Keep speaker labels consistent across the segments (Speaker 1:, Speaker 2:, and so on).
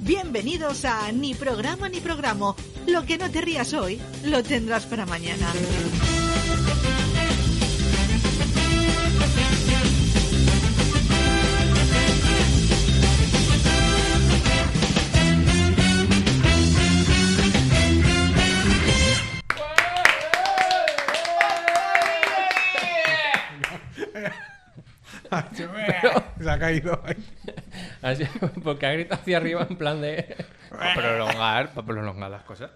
Speaker 1: Bienvenidos a Ni programa ni programa. Lo que no te rías hoy, lo tendrás para mañana.
Speaker 2: Se ha caído.
Speaker 3: Así, porque ha gritado hacia arriba en plan de.
Speaker 4: Para prolongar, para prolongar las cosas.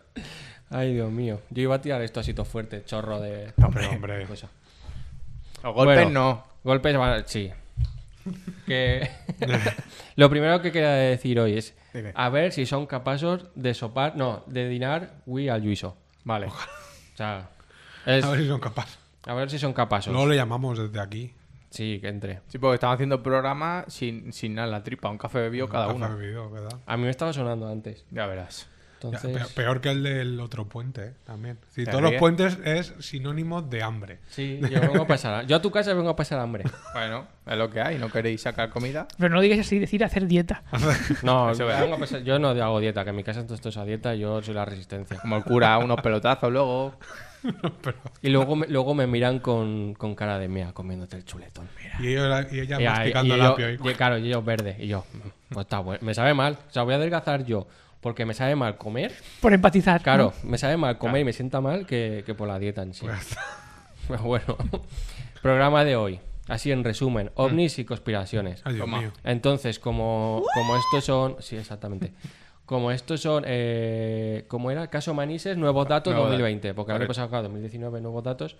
Speaker 3: Ay, Dios mío. Yo iba a tirar esto así todo fuerte, chorro de.
Speaker 2: Hombre, hombre.
Speaker 3: cosa.
Speaker 4: Los golpes
Speaker 3: Bueno,
Speaker 4: no.
Speaker 3: Golpes, va- sí. Que- Lo primero que quería decir hoy es.
Speaker 2: Dime.
Speaker 3: A ver si son capaces de sopar. No, de dinar we al juicio. Vale. O sea. es-
Speaker 2: A ver si son capaces.
Speaker 3: a ver si son capaces.
Speaker 2: No le llamamos desde aquí.
Speaker 3: Sí, que entre.
Speaker 4: Sí, porque están haciendo programa sin, sin nada en la tripa, un café bebido cada
Speaker 2: Café
Speaker 4: uno.
Speaker 2: bebido, ¿verdad?
Speaker 3: A mí me estaba sonando antes.
Speaker 4: Ya verás.
Speaker 2: Ya,
Speaker 3: Entonces.
Speaker 2: pe- Peor que el del otro puente, ¿eh? también. Sí,
Speaker 4: ¿Te
Speaker 2: todos los
Speaker 4: ríes?
Speaker 2: puentes es sinónimo de hambre.
Speaker 3: Sí, yo vengo a pasar. Yo a tu casa vengo a pasar hambre.
Speaker 4: Bueno, es lo que hay. ¿No queréis sacar comida?
Speaker 5: Pero no digas así, decir hacer dieta.
Speaker 3: No,
Speaker 4: Eso es.
Speaker 3: vengo a pasar- yo no hago dieta, que en mi casa todo esto es a dieta, yo soy la resistencia.
Speaker 4: Como el cura, unos pelotazos luego.
Speaker 3: Y luego me, luego me miran con, con cara de mea comiéndote el chuletón. Mira.
Speaker 2: Y, ellos, y ella
Speaker 3: Y ahí-
Speaker 2: masticando
Speaker 3: y
Speaker 2: el
Speaker 3: yo-
Speaker 2: apio. ahí.
Speaker 3: y claro, y yo verde. Y yo, mm, pues está bueno. Me sabe mal. O sea, voy a adelgazar yo. Porque me sabe mal comer.
Speaker 5: Por empatizar.
Speaker 3: Claro, me sabe mal comer y me sienta mal que, que por la dieta en sí.
Speaker 2: Pues.
Speaker 3: Pero bueno, programa de hoy. Así en resumen, ovnis y conspiraciones.
Speaker 2: Ay, Dios
Speaker 4: Toma.
Speaker 2: mío.
Speaker 3: Entonces, como, como estos son. Sí, exactamente. Como estos son. Eh, como era? Caso Manises, nuevos datos
Speaker 4: Nuevo dato.
Speaker 3: 2020. Porque el año
Speaker 4: Correcto.
Speaker 3: pasado, claro, 2019, nuevos datos.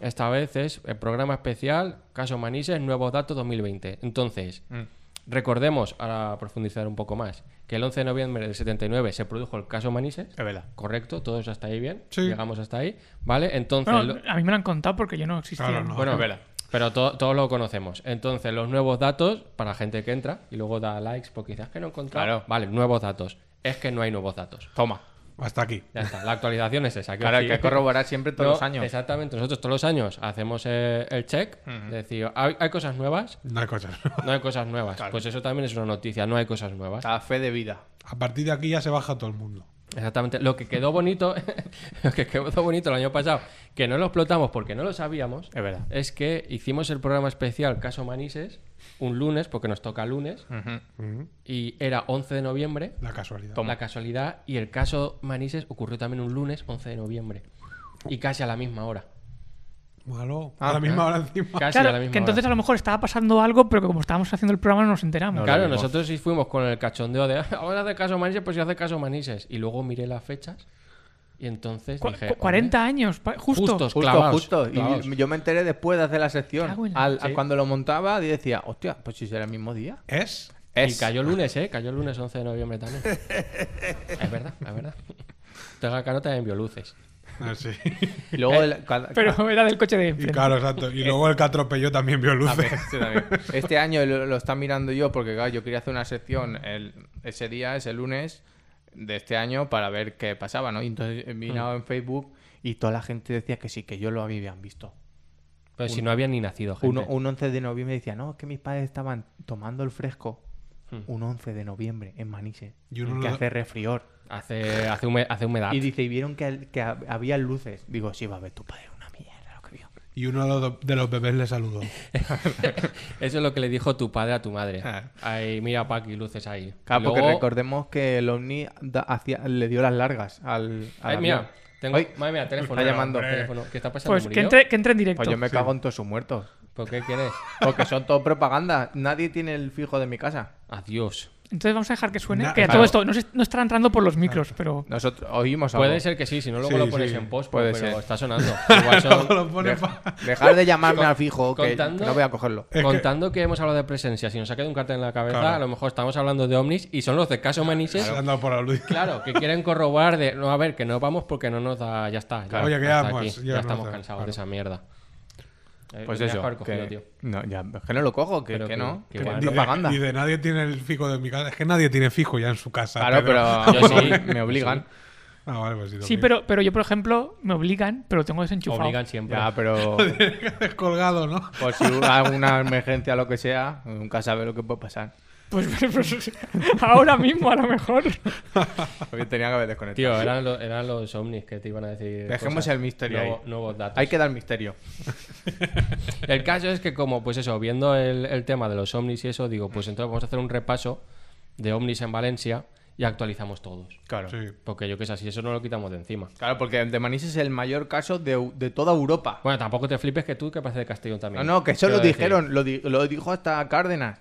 Speaker 3: Esta vez es el programa especial Caso Manises, nuevos datos 2020. Entonces,
Speaker 4: Mm.
Speaker 3: recordemos, para profundizar un poco más, que el 11 de noviembre del 79 se produjo el caso Manises.
Speaker 4: Es verdad.
Speaker 3: Correcto, todos hasta ahí bien.
Speaker 2: Sí.
Speaker 3: Llegamos hasta ahí. ¿Vale? Entonces.
Speaker 5: Bueno,
Speaker 3: lo-
Speaker 5: a mí me lo han contado porque yo no existía.
Speaker 2: Claro, no.
Speaker 3: bueno,
Speaker 4: Vela.
Speaker 3: pero to- todos lo conocemos. Entonces, los nuevos datos, para gente que entra y luego da likes porque dices que no he encontrado.
Speaker 4: Claro.
Speaker 3: Vale, nuevos datos. Es que no hay nuevos datos.
Speaker 4: Toma.
Speaker 2: Hasta aquí.
Speaker 3: Ya está, la actualización es esa. quiero
Speaker 4: Claro, hay
Speaker 3: decir-
Speaker 4: que corroborar siempre todos
Speaker 3: No,
Speaker 4: los años.
Speaker 3: Exactamente, nosotros todos los años hacemos eh, el check, decir, ¿hay, hay cosas nuevas?
Speaker 2: No hay cosas.
Speaker 3: No hay cosas nuevas.
Speaker 4: Claro.
Speaker 3: Pues eso también es una noticia, no hay cosas nuevas.
Speaker 4: La fe de vida.
Speaker 2: A partir de aquí ya se baja todo el mundo.
Speaker 3: Exactamente. Lo que quedó bonito, lo que quedó bonito el año pasado, que no lo explotamos porque no lo sabíamos,
Speaker 4: Es verdad.
Speaker 3: es que hicimos el programa especial Caso Manises un lunes, porque nos toca lunes,
Speaker 2: Ujú.
Speaker 3: y era 11 de noviembre,
Speaker 2: La casualidad.
Speaker 4: Toma.
Speaker 3: la casualidad, y el caso Manises ocurrió también un lunes, 11 de noviembre, y casi a la misma hora.
Speaker 2: Malo.
Speaker 4: Ah,
Speaker 2: a la misma
Speaker 4: ah.
Speaker 2: hora encima.
Speaker 3: Casi
Speaker 5: Claro,
Speaker 3: a la misma
Speaker 5: que entonces
Speaker 3: hora.
Speaker 5: a lo mejor estaba pasando algo, pero que como estábamos haciendo el programa no nos enteramos.
Speaker 4: No.
Speaker 3: Claro,
Speaker 4: vimos.
Speaker 3: nosotros sí fuimos con el cachondeo de "Ah, ahora hace caso Manises, pues si hace caso Manises. Y luego miré las fechas y entonces
Speaker 5: Cu-
Speaker 3: dije.
Speaker 5: cu- 40 años, pa- justo.
Speaker 3: Justos.
Speaker 4: Justo,
Speaker 3: Clavaos,
Speaker 4: justo.
Speaker 3: clavaos.
Speaker 4: Y yo me enteré después de hacer la sección.
Speaker 5: Cago en la-
Speaker 4: Al- a
Speaker 3: Sí.
Speaker 4: Cuando lo montaba y decía, hostia, pues si será el mismo día.
Speaker 2: ¿Es?
Speaker 3: Y cayó lunes, ¿eh? Cayó lunes 11 de noviembre también. es verdad, es verdad. Entonces Cano también vio luces.
Speaker 2: Ah, sí.
Speaker 4: Y luego el- cada-
Speaker 5: Pero era del coche de
Speaker 2: Y
Speaker 5: enfrente.
Speaker 2: claro, exacto. Y luego el que atropelló también vio
Speaker 4: A ver,
Speaker 2: luces.
Speaker 4: sí, también. Este año lo, lo está mirando yo porque claro, yo quería hacer una sección el- ese día, ese lunes de este año para ver qué pasaba, ¿no? Y entonces he mirado en Facebook y toda la gente decía que sí, que yo lo habían visto.
Speaker 3: Pero si no había ni nacido, gente.
Speaker 4: Uno- un 11 de noviembre decía, no, es que mis padres estaban tomando el fresco un 11 de noviembre en Manises,
Speaker 2: Y uno
Speaker 4: en que
Speaker 2: lo-
Speaker 4: hace resfrior.
Speaker 3: Hace, hace, hume- hace humedad.
Speaker 4: Y dice, y vieron que, que hab- había luces. Digo, sí, va a ver tu padre una mierda lo que vio.
Speaker 2: Y uno de los- de los bebés le saludó.
Speaker 3: Eso es lo que le dijo tu padre a tu madre.
Speaker 4: Ah.
Speaker 3: Ahí, mira, Paqui, luces ahí.
Speaker 4: Claro,
Speaker 3: Y
Speaker 4: porque
Speaker 3: luego-
Speaker 4: recordemos que el OVNI da- hacía- le dio las largas al. al
Speaker 3: Ay, mira,
Speaker 4: avión.
Speaker 3: tengo...
Speaker 4: Ay,
Speaker 3: Madre mía, teléfono.
Speaker 4: Está llamando.
Speaker 3: Teléfono. ¿Qué está pasando?
Speaker 5: Pues que
Speaker 3: ¿Murió?
Speaker 5: entre, que entre en directo.
Speaker 4: Pues yo me cago en todos sus muertos.
Speaker 3: ¿Por qué quieres?
Speaker 4: Porque son todo propaganda. Nadie tiene el fijo de mi casa.
Speaker 3: Adiós.
Speaker 5: Entonces vamos a dejar que suene.
Speaker 2: Na-
Speaker 5: que a
Speaker 2: claro.
Speaker 5: todo esto no, se- no estará entrando por los micros, pero
Speaker 4: Nosotros oímos algo.
Speaker 3: Puede ser que sí, si no luego
Speaker 2: Sí,
Speaker 3: lo pones
Speaker 2: sí.
Speaker 3: en post,
Speaker 4: Puede
Speaker 3: pero
Speaker 4: ser.
Speaker 3: está sonando. Igual son-
Speaker 2: Lo pone
Speaker 4: Deja-
Speaker 2: pa-
Speaker 4: Dejar de llamarme al fijo, que
Speaker 3: contando- Eh,
Speaker 4: no voy a cogerlo.
Speaker 2: Es que-
Speaker 3: Contando que... hemos hablado de presencia, si nos ha quedado un cartel en la cabeza,
Speaker 2: Claro.
Speaker 3: a lo mejor estamos hablando de ovnis y son los de caso Manises.
Speaker 2: Se
Speaker 3: Claro.
Speaker 2: han dado por la luz.
Speaker 3: que quieren corroborar de no, a ver, que no vamos porque no nos da, ya está. Ya,
Speaker 2: Oye, que ya
Speaker 3: hasta
Speaker 2: hemos-
Speaker 3: aquí,
Speaker 2: ya
Speaker 3: ya
Speaker 2: no
Speaker 3: estamos
Speaker 2: sé,
Speaker 3: cansados
Speaker 2: claro.
Speaker 3: de esa mierda. Eh,
Speaker 4: Pues
Speaker 3: tenías
Speaker 4: eso.
Speaker 3: haber cogido,
Speaker 4: que...
Speaker 3: tío.
Speaker 4: No, ya, es que no lo cojo, que,
Speaker 3: Pero
Speaker 4: que
Speaker 3: que-
Speaker 4: no.
Speaker 3: que
Speaker 4: Que,
Speaker 3: igual-
Speaker 4: es
Speaker 2: Dice-
Speaker 4: propaganda.
Speaker 2: Y de nadie tiene el fijo de mi casa. Es que nadie tiene fijo ya en su casa.
Speaker 4: Claro, pero
Speaker 3: Yo sí.
Speaker 4: me obligan.
Speaker 2: Ah, vale, pues sí.
Speaker 5: sí,
Speaker 2: también.
Speaker 5: pero, pero yo, por ejemplo, me obligan, pero lo tengo desenchufado.
Speaker 3: Obligan siempre.
Speaker 4: Ya, pues, pero
Speaker 2: Descolgado, ¿no?
Speaker 4: por si hubo alguna emergencia o lo que sea, nunca sabe lo que puede pasar.
Speaker 5: Pues, pues, ahora mismo, a lo mejor.
Speaker 4: Porque tenía que haber desconectado.
Speaker 3: Tío, eran, lo- eran los ovnis que te iban a decir.
Speaker 4: Dejemos
Speaker 3: cosas.
Speaker 4: el misterio
Speaker 3: Nuevo-
Speaker 4: ahí.
Speaker 3: Nuevos datos.
Speaker 4: Hay que dar misterio.
Speaker 3: El caso es que como, pues eso, viendo el, el tema de los ovnis y eso, digo, pues entonces vamos a hacer un repaso de ovnis en Valencia y actualizamos todos.
Speaker 4: Claro.
Speaker 2: Sí.
Speaker 3: Porque yo qué sé, si eso no lo quitamos de encima.
Speaker 4: Claro, porque el de Manís es el mayor caso de, de toda Europa.
Speaker 3: Bueno, tampoco te flipes que tú que parece de Castellón
Speaker 4: No,
Speaker 3: también.
Speaker 4: no, que eso
Speaker 3: Quiero
Speaker 4: lo
Speaker 3: decir.
Speaker 4: dijeron, lo, di- lo dijo hasta Cárdenas.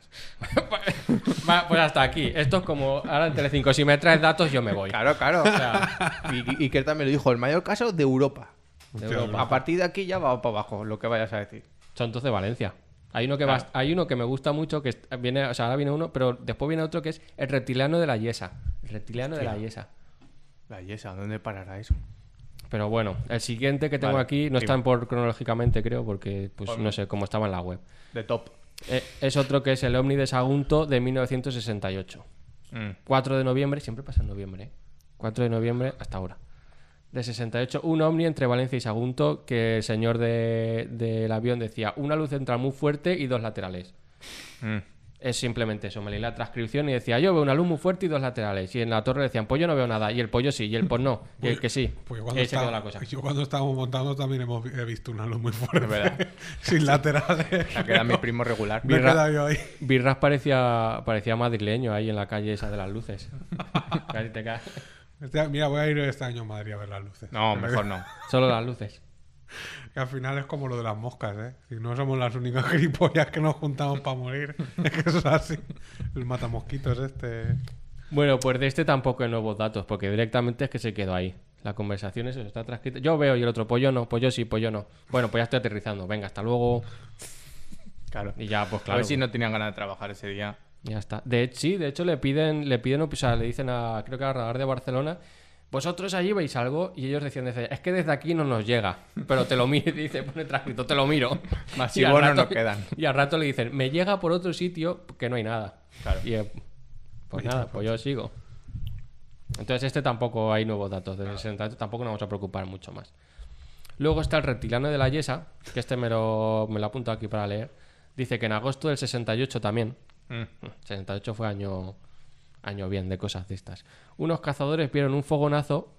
Speaker 3: Va, pues hasta aquí. Esto es como ahora en Telecinco. Si me traes datos, yo me voy.
Speaker 4: Claro, claro.
Speaker 3: O sea,
Speaker 4: Y, y que él también lo dijo, el mayor caso de Europa.
Speaker 3: de
Speaker 2: Hostia,
Speaker 3: Europa.
Speaker 4: A partir de aquí ya va para abajo lo que vayas a decir.
Speaker 3: Son entonces Valencia. Hay uno que va- hay uno que me gusta mucho que es- viene, o sea, ahora viene uno, pero después viene otro que es el reptiliano de la Yesa. El reptiliano de la Yesa.
Speaker 4: La Yesa, ¿dónde parará eso?
Speaker 3: Pero bueno, el siguiente que tengo
Speaker 4: Vale,
Speaker 3: aquí no
Speaker 4: dime.
Speaker 3: están por cronológicamente, creo, porque pues no sé cómo estaba en la web.
Speaker 4: De top.
Speaker 3: Eh, es otro que es el Omni de Sagunto de 1968.
Speaker 4: Mm,
Speaker 3: 4 de noviembre, siempre pasa en noviembre, ¿eh? 4 de noviembre hasta ahora. De 68, un ovni entre Valencia y Sagunto que el señor de- del avión decía una luz central muy fuerte y dos laterales.
Speaker 4: mm.
Speaker 3: Es simplemente eso, me leí la transcripción y decía yo veo una luz muy fuerte y dos laterales. Y en la torre decían pollo no veo nada, y el pollo sí, y el pues no, y el que sí.
Speaker 2: Porque
Speaker 3: y
Speaker 2: cuando
Speaker 3: ahí se quedó
Speaker 2: estaba-
Speaker 3: la cosa.
Speaker 2: pues Yo cuando estábamos montando también hemos vi- he visto una luz muy
Speaker 4: Es verdad.
Speaker 2: fuerte. sin laterales.
Speaker 4: La que era mi primo regular.
Speaker 2: Me he
Speaker 3: Birra.
Speaker 2: quedado yo ahí.
Speaker 3: Birras parecía, parecía madrileño ahí en la calle esa de las luces. Casi te caes.
Speaker 2: Este- mira, voy a ir este año a Madrid a ver las luces.
Speaker 4: No, mejor no.
Speaker 3: Solo las luces.
Speaker 2: Que al final es como lo de las moscas, ¿eh? Si no somos las únicas gilipollas que nos juntamos para morir. Es que eso es así. El matamosquitos este.
Speaker 3: Bueno, pues de este tampoco hay nuevos datos, porque directamente es que se quedó ahí. La conversación eso está transcrita. Yo veo y el otro, pues yo no, pues yo sí, pues yo no. Bueno, pues ya estoy aterrizando. Venga, hasta luego.
Speaker 4: Claro.
Speaker 3: Y ya, pues
Speaker 4: a
Speaker 3: claro.
Speaker 4: ver si no tenían ganas de trabajar ese día.
Speaker 3: Ya está. De hecho, sí, de hecho le piden, le piden, o sea, le dicen a, creo que a Radar de Barcelona, vosotros allí veis algo y ellos decían, desde- es que desde aquí no nos llega, pero te lo miro, dice, pone transcrito, te lo miro.
Speaker 4: Más
Speaker 3: Y al
Speaker 4: igual no
Speaker 3: rato-
Speaker 4: nos quedan.
Speaker 3: Y al rato le dicen, me llega por otro sitio que no hay nada.
Speaker 4: Claro.
Speaker 3: Y eh, pues nada, pues yo sigo. Entonces este tampoco hay nuevos datos del 68, tampoco nos vamos a preocupar mucho más. Luego está el reptiliano de la Yesa, que este me lo, me lo apunto aquí para leer. Dice que en agosto del 68 también,
Speaker 4: Mm.
Speaker 3: 68 fue año, año bien de cosas de estas. Unos cazadores vieron un fogonazo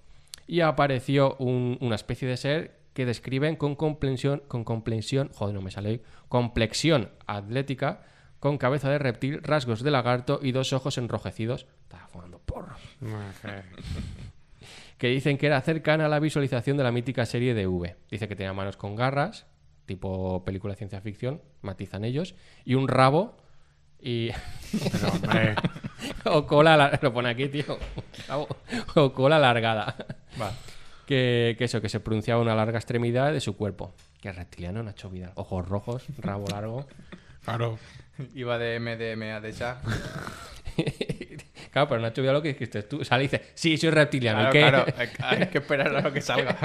Speaker 3: y apareció un- una especie de ser que describen con complexión, con complexión, joder, no me sale hoy, complexión atlética, con cabeza de reptil, rasgos de lagarto y dos ojos enrojecidos. Estaba fumando porro. Que dicen que era cercana a la visualización de la mítica serie de V. Dice que tenía manos con garras, tipo película de ciencia ficción, matizan ellos, y un rabo y
Speaker 2: Pero, hombre,
Speaker 3: o cola lar- lo pone aquí, tío. O cola alargada. Que, que eso, que se pronunciaba una larga extremidad de su cuerpo. Que reptiliano, Nacho Vidal. Ojos rojos, rabo largo.
Speaker 2: claro.
Speaker 4: Iba de MDMA de esa.
Speaker 3: claro, pero Nacho Vidal lo que dijiste tú. Sale y dice, sí, soy reptiliano. ¿y
Speaker 4: Claro,
Speaker 3: qué?
Speaker 4: claro. Hay, hay que esperar a lo que salga.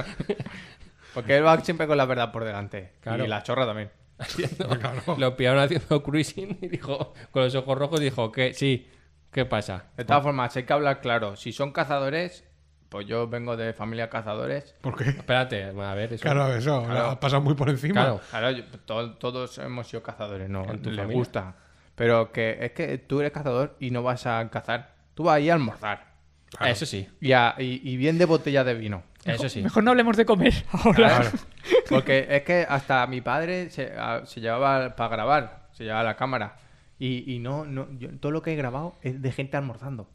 Speaker 4: Porque él va siempre con la verdad por delante.
Speaker 3: Claro.
Speaker 4: Y la chorra también.
Speaker 3: Haciendo-
Speaker 2: Claro.
Speaker 3: Lo pillaron haciendo cruising y dijo, con los ojos rojos, dijo, que sí, ¿qué pasa?
Speaker 4: De todas formas, hay que hablar claro. Si son cazadores, pues yo vengo de familia cazadores.
Speaker 2: ¿Por qué?
Speaker 3: Espérate, a ver. Eso.
Speaker 2: Claro, eso.
Speaker 4: Claro.
Speaker 2: Ha pasado muy por encima.
Speaker 3: Claro.
Speaker 4: Claro, yo- to- todos hemos sido cazadores, ¿no?
Speaker 3: En tu
Speaker 4: Le
Speaker 3: familia.
Speaker 4: gusta. Pero que es que tú eres cazador y no vas a cazar. Tú vas ahí a almorzar.
Speaker 3: Eso sí,
Speaker 4: Y, a- y- y bien de botella de vino.
Speaker 3: eso sí.
Speaker 5: Mejor no hablemos de comer ahora.
Speaker 4: Porque es que hasta mi padre se, a- se llevaba para grabar, se llevaba la cámara. Y, y no, no yo- todo lo que he grabado es de gente almorzando.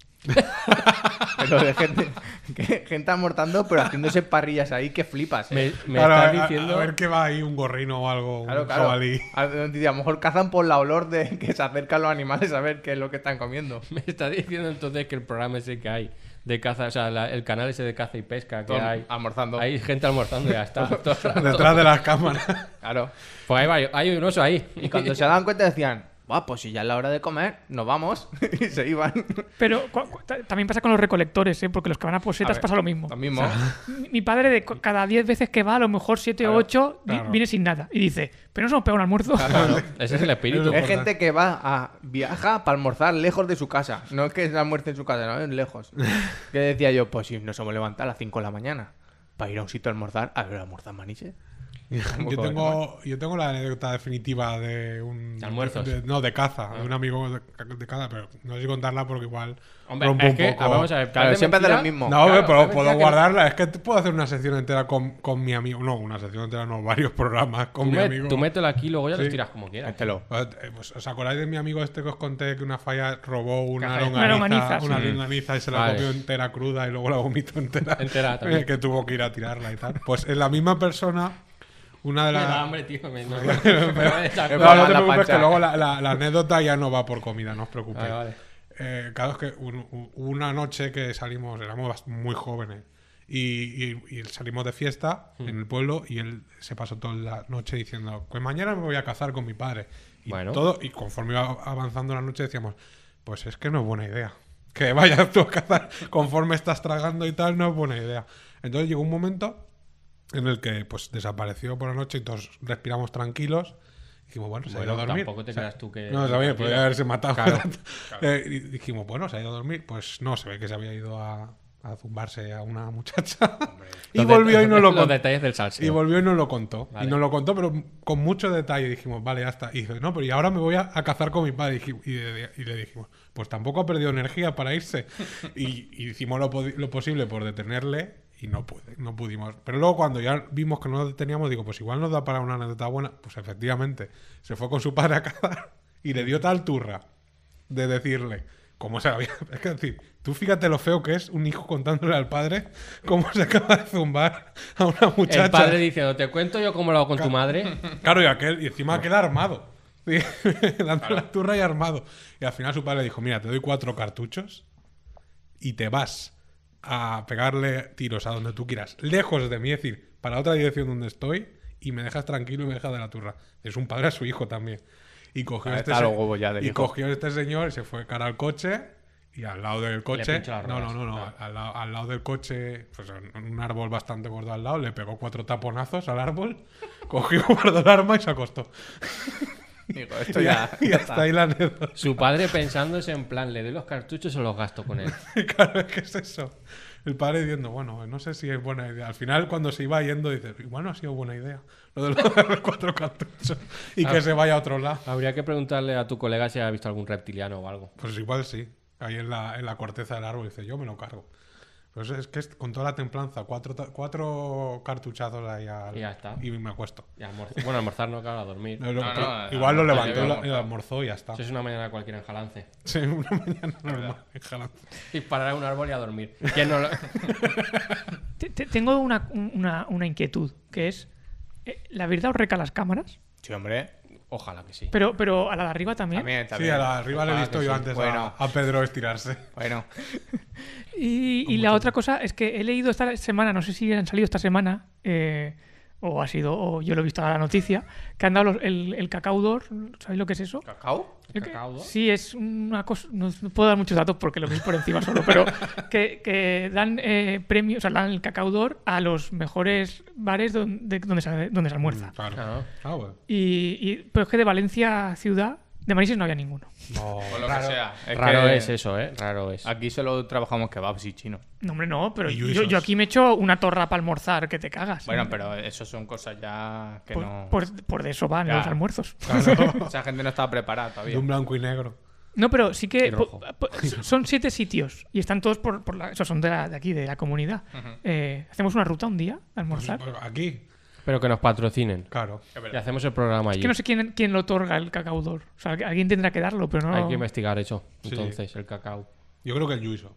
Speaker 4: pero de gente, que- gente almorzando, pero haciéndose parrillas ahí que flipas. ¿eh?
Speaker 3: Me, me
Speaker 2: Claro, a-
Speaker 3: estás diciendo...
Speaker 2: a, ver qué va ahí un gorrino o algo,
Speaker 4: Claro,
Speaker 2: un
Speaker 4: claro.
Speaker 2: jabalí.
Speaker 4: A, dice, a lo mejor cazan por la olor de que se acercan los animales a ver qué es lo que están comiendo.
Speaker 3: Me está diciendo entonces que el programa ese que hay de caza, o sea, la- el canal ese de caza y pesca que
Speaker 4: Todo
Speaker 3: hay.
Speaker 4: almorzando.
Speaker 3: Hay gente almorzando y ya está. todo el rato.
Speaker 2: Detrás de las cámaras.
Speaker 4: Claro.
Speaker 3: Pues ahí va, hay un oso ahí.
Speaker 4: Y cuando se daban cuenta decían, va, pues si ya es la hora de comer, nos vamos. y se iban.
Speaker 5: Pero cu- cu- ta- también pasa con los recolectores, ¿eh? porque los que van a posetas
Speaker 4: ver,
Speaker 5: pasa lo mismo.
Speaker 4: Lo mismo.
Speaker 5: Mi- Mi padre, de cu- cada 10 veces que va, a lo mejor 7 o 8,
Speaker 2: claro.
Speaker 5: viene sin nada. Y dice, pero no se nos pega un almuerzo.
Speaker 3: Ese es el espíritu.
Speaker 4: Es gente que va a viaja para almorzar lejos de su casa. No es que se almuerce en su casa, no, es lejos. Que decía yo, pues si nos hemos levantado a las 5 de la mañana para ir a un sitio a almorzar, a ver, almorzar maniches. Muy
Speaker 2: Yo
Speaker 4: joven,
Speaker 2: tengo, yo tengo la anécdota definitiva de un.
Speaker 3: De almuerzos. Ah.
Speaker 2: de- no, de caza, de un amigo de, de caza, pero no sé si contarla porque igual.
Speaker 3: Hombre,
Speaker 2: rompo
Speaker 3: es
Speaker 2: un
Speaker 3: que,
Speaker 2: poco.
Speaker 3: ah, vamos a ver.
Speaker 4: Claro,
Speaker 3: parece
Speaker 4: siempre hace
Speaker 3: mentira.
Speaker 4: lo mismo.
Speaker 2: No, hombre,
Speaker 3: Claro,
Speaker 2: pero
Speaker 3: parece
Speaker 2: puedo
Speaker 3: que-
Speaker 2: guardarla. Es que t- puedo hacer una sección entera con, con mi amigo. No, una sección entera, no, varios programas con
Speaker 3: Tú,
Speaker 2: mi
Speaker 3: met-
Speaker 2: amigo.
Speaker 3: tú mételo aquí y luego ya lo
Speaker 2: Sí.
Speaker 3: tiras como quieras.
Speaker 4: Mételo.
Speaker 2: Eh, pues, ¿Os acordáis de mi amigo este que os conté que una falla robó una
Speaker 3: Caja de-
Speaker 2: longaniza,
Speaker 5: Una longaniza,
Speaker 2: una
Speaker 3: sí.
Speaker 2: longaniza y se la
Speaker 3: Vale.
Speaker 2: comió entera cruda y luego la vomitó entera?
Speaker 3: Entera también.
Speaker 2: Eh, que tuvo que ir a tirarla y tal. Pues es la misma persona, una de
Speaker 3: Me da
Speaker 2: las...
Speaker 3: hambre, tío. me- no-
Speaker 2: No,
Speaker 4: Pero-
Speaker 2: no te
Speaker 4: la
Speaker 2: preocupes
Speaker 4: pancha.
Speaker 2: que luego la, la- la anécdota ya no va por comida, no os preocupéis.
Speaker 3: Vale, vale.
Speaker 2: Eh, claro, es que un- u- una noche que salimos, éramos bast- muy jóvenes, y, y- y salimos de fiesta en el pueblo y él se pasó toda la noche diciendo, pues mañana me voy a cazar con mi padre. Y,
Speaker 3: Bueno.
Speaker 2: todo, y conforme iba avanzando la noche decíamos, pues es que no es buena idea. Que vayas tú a cazar conforme estás tragando y tal, no es buena idea. Entonces llegó un momento en el que pues desapareció por la noche y todos respiramos tranquilos. Dijimos, bueno, se ha ido a
Speaker 3: Bueno,
Speaker 2: dormir.
Speaker 3: tampoco te
Speaker 2: O sea,
Speaker 3: creas tú que-
Speaker 2: No, sabía,
Speaker 3: tranquila.
Speaker 2: podría haberse matado. Eh, y dijimos, bueno, se ha ido a dormir. Pues no, se ve que se había ido a, a zumbarse a una muchacha. y
Speaker 3: Los
Speaker 2: volvió y
Speaker 3: detalles-
Speaker 2: no lo
Speaker 3: Los
Speaker 2: contó.
Speaker 3: detalles del
Speaker 2: Y
Speaker 3: salseo.
Speaker 2: volvió y no lo contó.
Speaker 3: Vale.
Speaker 2: Y no lo contó, pero con mucho detalle. Dijimos, vale, ya está. Y dice, no, pero y ahora me voy a, a cazar con mi padre. Y, dijim- y le- y le dijimos, pues tampoco ha perdido energía para irse. y, y hicimos lo, podi- lo posible por detenerle y no, pude, no pudimos. Pero luego cuando ya vimos que no lo deteníamos, digo, pues igual nos da para una anécdota buena. Pues efectivamente, se fue con su padre a cazar y le dio tal turra de decirle. ¿Cómo se había.? Es que decir, tú fíjate lo feo que es un hijo contándole al padre cómo se acaba de zumbar a una muchacha.
Speaker 3: El padre diciendo, te cuento yo cómo lo hago con tu madre.
Speaker 2: Claro, y, aquel, y encima aquel armado. Sí, dando la turra y armado. Y al final su padre le dijo, mira, te doy cuatro cartuchos y te vas a pegarle tiros a donde tú quieras, lejos de mí, es decir, para otra dirección donde estoy, y me dejas tranquilo y me dejas de la turra. Es un padre a su hijo también. Y cogió,
Speaker 4: Ah,
Speaker 2: este,
Speaker 4: está
Speaker 2: se-
Speaker 4: los huevos ya del
Speaker 2: y
Speaker 4: hijo.
Speaker 2: cogió este señor y se fue cara al coche y al lado del coche...
Speaker 3: pinchó las
Speaker 2: No, no,
Speaker 3: ruedas.
Speaker 2: no, no, al, lado, al lado del coche, pues en un árbol bastante gordo al lado, le pegó cuatro taponazos al árbol, cogió, guardó el arma y se acostó.
Speaker 4: Digo, esto
Speaker 2: y,
Speaker 4: ya.
Speaker 2: y hasta ahí la anécdota.
Speaker 3: Su padre pensándose en plan, le doy los cartuchos o los gasto con él.
Speaker 2: Claro, es que es eso. El padre diciendo, bueno, no sé si es buena idea. Al final, cuando se iba yendo, dice, bueno, ha sido buena idea. Lo de los cuatro cartuchos y que se vaya a otro lado.
Speaker 3: Habría que preguntarle a tu colega si ha visto algún reptiliano o algo.
Speaker 2: Pues igual sí. Ahí en la, en la corteza del árbol dice, yo me lo cargo. Pues es que es con toda la templanza, cuatro, ta- cuatro cartuchazos ahí al-
Speaker 3: Y ya está.
Speaker 2: Y me acuesto.
Speaker 3: Y almorzar- bueno, almorzar no, claro, a dormir.
Speaker 2: No, lo-
Speaker 4: No, no,
Speaker 2: igual lo
Speaker 4: almorzar,
Speaker 2: levantó
Speaker 4: yo
Speaker 2: y lo-
Speaker 4: almorzar.
Speaker 2: y lo almorzó y ya está.
Speaker 3: Eso es una mañana cualquiera en Jalance.
Speaker 2: Sí, una mañana normal. en Jalapa.
Speaker 3: Disparar a un árbol y a dormir. ¿Quién no lo-
Speaker 5: Te- te- tengo una, una- una inquietud, que es, eh, ¿la verdad os reca las cámaras?
Speaker 4: Sí, hombre.
Speaker 3: Ojalá que sí.
Speaker 5: Pero, pero a la de arriba también.
Speaker 4: También,
Speaker 2: Sí,
Speaker 4: también.
Speaker 2: a la, arriba le he
Speaker 3: Ah,
Speaker 2: visto
Speaker 3: que
Speaker 2: yo
Speaker 3: sí.
Speaker 2: antes a-
Speaker 4: Bueno.
Speaker 2: a Pedro estirarse.
Speaker 4: Bueno,
Speaker 5: Y, y la otra cosa es que he leído esta semana, no sé si han salido esta semana, eh, o ha sido, o yo lo he visto a la noticia, que han dado los- el, el cacao d'or, ¿sabéis lo que es eso?
Speaker 4: cacao.
Speaker 5: Creo que-
Speaker 3: cacao d'or?
Speaker 5: Sí, es una cosa. No os- no puedo dar muchos datos porque lo veis por encima solo, pero que, que dan eh, premios, o sea, dan el cacao d'or a los mejores bares don- de- donde, se, donde se almuerza.
Speaker 2: Claro.
Speaker 3: Claro.
Speaker 2: Ah, bueno.
Speaker 5: Y, y- pero es que de Valencia a ciudad, de Manises no había ninguno.
Speaker 2: No,
Speaker 4: O lo
Speaker 2: claro.
Speaker 4: que sea. Es
Speaker 3: Raro
Speaker 4: que
Speaker 3: es eso, ¿eh? Raro es.
Speaker 4: Aquí solo trabajamos kebabs y chino.
Speaker 5: No, hombre, no, pero
Speaker 2: Y
Speaker 5: yo,
Speaker 2: yuizos.
Speaker 5: yo aquí me echo una torra para almorzar que te cagas.
Speaker 4: Bueno, pero eso son cosas ya que
Speaker 5: por,
Speaker 4: no.
Speaker 5: por- por de eso van
Speaker 4: Ya.
Speaker 5: los almuerzos.
Speaker 4: Esa gente no está preparada
Speaker 2: De
Speaker 4: todavía.
Speaker 2: un blanco y negro.
Speaker 5: No, pero sí que
Speaker 3: Y rojo.
Speaker 5: po- po- son siete sitios y están todos por, por la, esos son de, la- de aquí, de la comunidad. Eh, Hacemos una ruta un día a
Speaker 2: Pues,
Speaker 5: almorzar.
Speaker 2: aquí,
Speaker 3: Pero que nos patrocinen.
Speaker 2: claro.
Speaker 3: Y hacemos el programa allí.
Speaker 5: Es que no sé quién, quién lo otorga el cacao d'or. O sea, alguien tendrá que darlo, pero no.
Speaker 3: Hay que investigar eso.
Speaker 2: Sí.
Speaker 3: Entonces, el cacao.
Speaker 2: Yo creo que el Yuiso.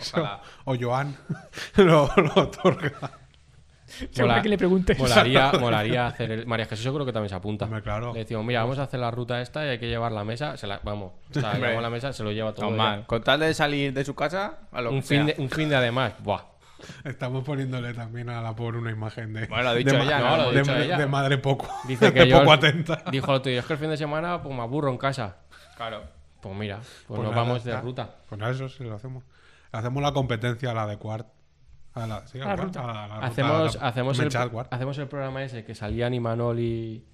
Speaker 4: Ojalá.
Speaker 2: o Joan lo, lo otorga.
Speaker 5: Seguro
Speaker 3: Mola-
Speaker 5: que le preguntes.
Speaker 3: Molaría, molaría hacer el. María Jesús, yo creo que también se apunta.
Speaker 2: Hombre, claro.
Speaker 3: Le decimos, mira, vamos a hacer la ruta esta y hay que llevar la mesa. Se la, vamos, o sea,
Speaker 4: Hombre.
Speaker 3: llevamos la mesa, se lo lleva todo.
Speaker 4: Normal. Con tal de salir de su casa, a
Speaker 3: ya.
Speaker 4: lo
Speaker 3: Un
Speaker 4: que sea.
Speaker 3: fin, de, un fin de además. Buah.
Speaker 2: Estamos poniéndole también a la pobre una imagen de.
Speaker 4: Bueno, lo ha dicho
Speaker 2: de ma-
Speaker 4: ella,
Speaker 3: no, lo ha
Speaker 2: de,
Speaker 3: dicho
Speaker 2: ma-
Speaker 3: ella.
Speaker 2: de madre poco.
Speaker 3: Dice que
Speaker 2: de
Speaker 3: yo.
Speaker 2: poco atenta.
Speaker 3: Dijo el otro día, es que el fin de semana pues, me aburro en casa.
Speaker 4: Claro.
Speaker 3: Pues mira, pues,
Speaker 2: Pues
Speaker 3: nos
Speaker 2: nada,
Speaker 3: vamos de
Speaker 2: está.
Speaker 3: ruta.
Speaker 2: Pues nada, eso sí lo hacemos. Hacemos la competencia a la de Quart. A la, sí, a
Speaker 5: La
Speaker 2: Quart,
Speaker 5: ruta.
Speaker 2: a la- a la ruta,
Speaker 3: Hacemos,
Speaker 2: a la-
Speaker 3: hacemos, el, Ah.
Speaker 2: Menchal Quart.
Speaker 3: hacemos el programa ese que salían Imanol y.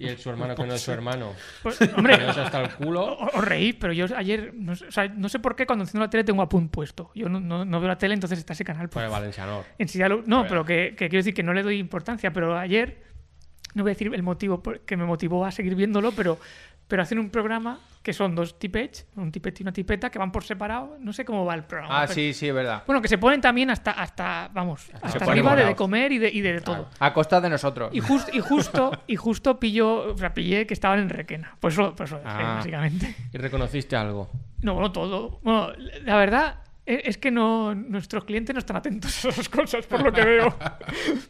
Speaker 3: Y el, su hermano que no es su hermano.
Speaker 5: Pues,
Speaker 3: Que
Speaker 5: hombre,
Speaker 3: no es hasta el culo.
Speaker 5: o- os reís, pero yo ayer, no sé, o sea, no sé por qué cuando enciendo la tele tengo a Punt puesto. Yo no, no- no veo la tele, entonces está ese canal.
Speaker 3: Por
Speaker 5: Pues,
Speaker 3: el Valencianor.
Speaker 5: en sí ya lo- no, pero que, que quiero decir que no le doy importancia, pero ayer, no voy a decir el motivo por- que me motivó a seguir viéndolo, pero, pero hacen un programa que son dos tipets, un tipete y una tipeta, que van por separado, no sé cómo va el programa.
Speaker 4: Ah,
Speaker 5: pero-
Speaker 4: sí, sí, es verdad.
Speaker 5: Bueno, que se ponen también hasta, hasta vamos, hasta,
Speaker 4: ponen
Speaker 5: arriba de, de
Speaker 4: moraos.
Speaker 5: comer y de, y de, todo.
Speaker 4: A costa de nosotros.
Speaker 5: Y, jus- y justo, y justo pilló, o sea, pillé que estaban en Requena. Pues eso, pues eso,
Speaker 4: Ah.
Speaker 5: básicamente.
Speaker 3: Y reconociste algo.
Speaker 5: No, no todo. Bueno, la verdad e- es que no, nuestros clientes no están atentos a esas cosas, por lo que veo.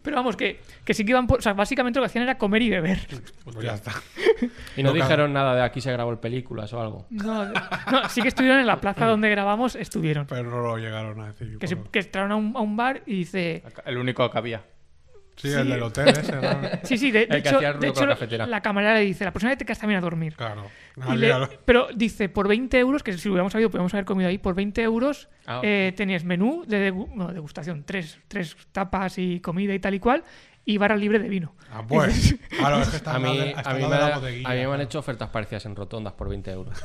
Speaker 5: Pero vamos, que, que sí que iban por. O sea, básicamente lo que hacían era comer y beber.
Speaker 2: Pues ya está.
Speaker 3: Y no,
Speaker 2: No, claro.
Speaker 3: dijeron nada de aquí se grabó el películas o algo.
Speaker 5: No, de- no, sí que estuvieron en la plaza donde grabamos, estuvieron.
Speaker 2: Pero no lo llegaron a decir.
Speaker 5: Que, se,
Speaker 2: por-
Speaker 5: que entraron a un, a un bar y dice.
Speaker 4: El único que había.
Speaker 2: Sí, el del hotel ese. ¿no?
Speaker 5: Sí, sí, de, de
Speaker 3: El que
Speaker 5: hecho,
Speaker 3: hacía ruido
Speaker 5: de
Speaker 3: con
Speaker 5: hecho,
Speaker 3: la cafetera.
Speaker 5: la camarera le dice: La próxima vez te quedas también a dormir.
Speaker 2: Claro.
Speaker 5: Y
Speaker 2: Ah,
Speaker 5: le-
Speaker 2: claro.
Speaker 5: pero dice, por 20 euros, que si hubiéramos sabido, podríamos haber comido ahí, por 20 euros
Speaker 3: Ah.
Speaker 5: eh, tenías menú de degu- no, degustación, tres, tres tapas y comida y tal y cual, y barra libre de vino.
Speaker 2: Ah, pues. Claro, es que está
Speaker 3: A
Speaker 2: al lado
Speaker 3: mí,
Speaker 2: de- está
Speaker 3: a
Speaker 2: al
Speaker 3: mí,
Speaker 2: lado
Speaker 3: me,
Speaker 2: de la
Speaker 3: ha-
Speaker 2: bodeguilla,
Speaker 3: a mí me han
Speaker 2: claro.
Speaker 3: hecho ofertas parecidas en rotondas por 20 euros.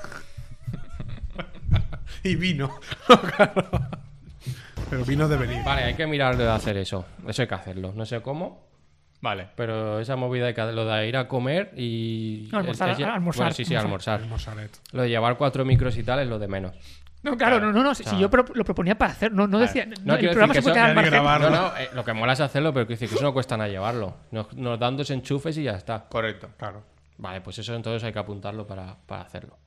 Speaker 2: Y vino. Claro. Pero vino de venir.
Speaker 3: Vale, hay que mirar lo de hacer eso. Eso hay que hacerlo. No sé cómo,
Speaker 4: Vale.
Speaker 3: pero esa movida hay que hacerlo de ir a comer y...
Speaker 5: Almorzar,
Speaker 3: es- es-
Speaker 5: almorzar,
Speaker 3: Bueno, sí, sí, almorzar.
Speaker 2: El mosalet.
Speaker 3: Lo de llevar cuatro micros y tal es lo de menos.
Speaker 5: No, claro, no, no, no, si si yo pro- lo proponía para hacer, no, no decía, no, el
Speaker 3: quiero
Speaker 5: programa se
Speaker 3: decir que
Speaker 5: puede
Speaker 3: eso-
Speaker 5: quedar al
Speaker 2: Hay que
Speaker 5: margen.
Speaker 2: grabarlo.
Speaker 3: No, no, eh, lo que mola es hacerlo, pero quiero decir que eso no cuesta nada llevarlo. Nos, nos dan dos enchufes y ya está.
Speaker 4: Correcto.
Speaker 2: Claro.
Speaker 3: Vale, pues eso entonces hay que apuntarlo para, para hacerlo.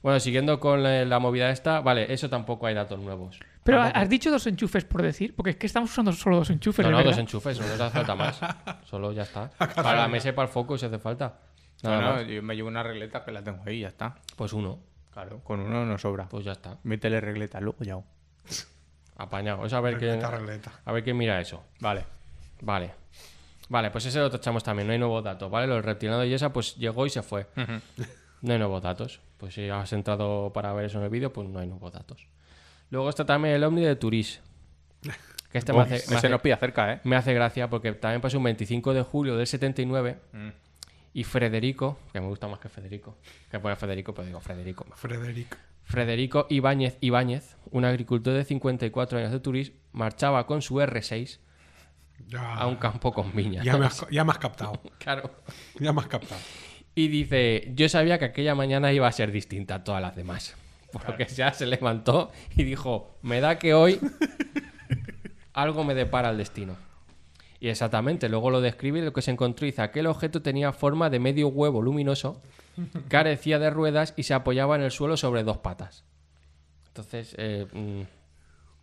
Speaker 3: Bueno, siguiendo con la, la movida esta, vale, eso tampoco hay datos nuevos.
Speaker 5: Pero
Speaker 3: Tampoco.
Speaker 5: has dicho dos enchufes por decir, porque es que estamos usando solo dos enchufes.
Speaker 3: No,
Speaker 5: de
Speaker 3: no,
Speaker 5: Pues verdad.
Speaker 3: dos enchufes, no nos hace falta más. Solo ya está. Para la mesa y para el foco si hace falta. Nada
Speaker 4: Bueno,
Speaker 3: más.
Speaker 4: yo me llevo una regleta que la tengo ahí y ya está.
Speaker 3: Pues uno,
Speaker 4: Claro, con uno no sobra.
Speaker 3: pues ya está.
Speaker 4: Métele regleta, luego ya.
Speaker 3: Apañado. Es a ver quién,
Speaker 2: Regleta, regleta.
Speaker 3: a ver quién mira eso.
Speaker 4: Vale.
Speaker 3: Vale. Vale, pues ese lo tachamos también, no hay nuevos datos, ¿vale? Lo del reptiliano de Yesa, pues llegó y se fue. No hay nuevos datos. Pues si has entrado para ver eso en el vídeo, pues no hay nuevos datos. Luego está también el ovni de Turís. Que este me hace, me
Speaker 4: Se
Speaker 3: hace-
Speaker 4: nos pilla cerca, ¿eh?
Speaker 3: me hace gracia porque también pasó un 25 de julio del 79
Speaker 2: Mm.
Speaker 3: y Federico, que me gusta más que Federico, que pone Federico, pero digo Federico mejor.
Speaker 2: Frederic.
Speaker 3: Federico Ibáñez Ibáñez, un agricultor de 54 años de Turís, marchaba con su R6
Speaker 2: Ya,
Speaker 3: a un campo con viña.
Speaker 2: Ah. ya, me has, ya me has captado.
Speaker 3: Claro.
Speaker 2: Ya me has captado.
Speaker 3: Y dice, yo sabía que aquella mañana iba a ser distinta a todas las demás. Por lo que ya se levantó y dijo, me da que hoy algo me depara el destino. Y exactamente, luego lo describe y lo que se encontró. Dice, aquel objeto tenía forma de medio huevo luminoso, carecía de ruedas y se apoyaba en el suelo sobre dos patas. Entonces, eh, mm,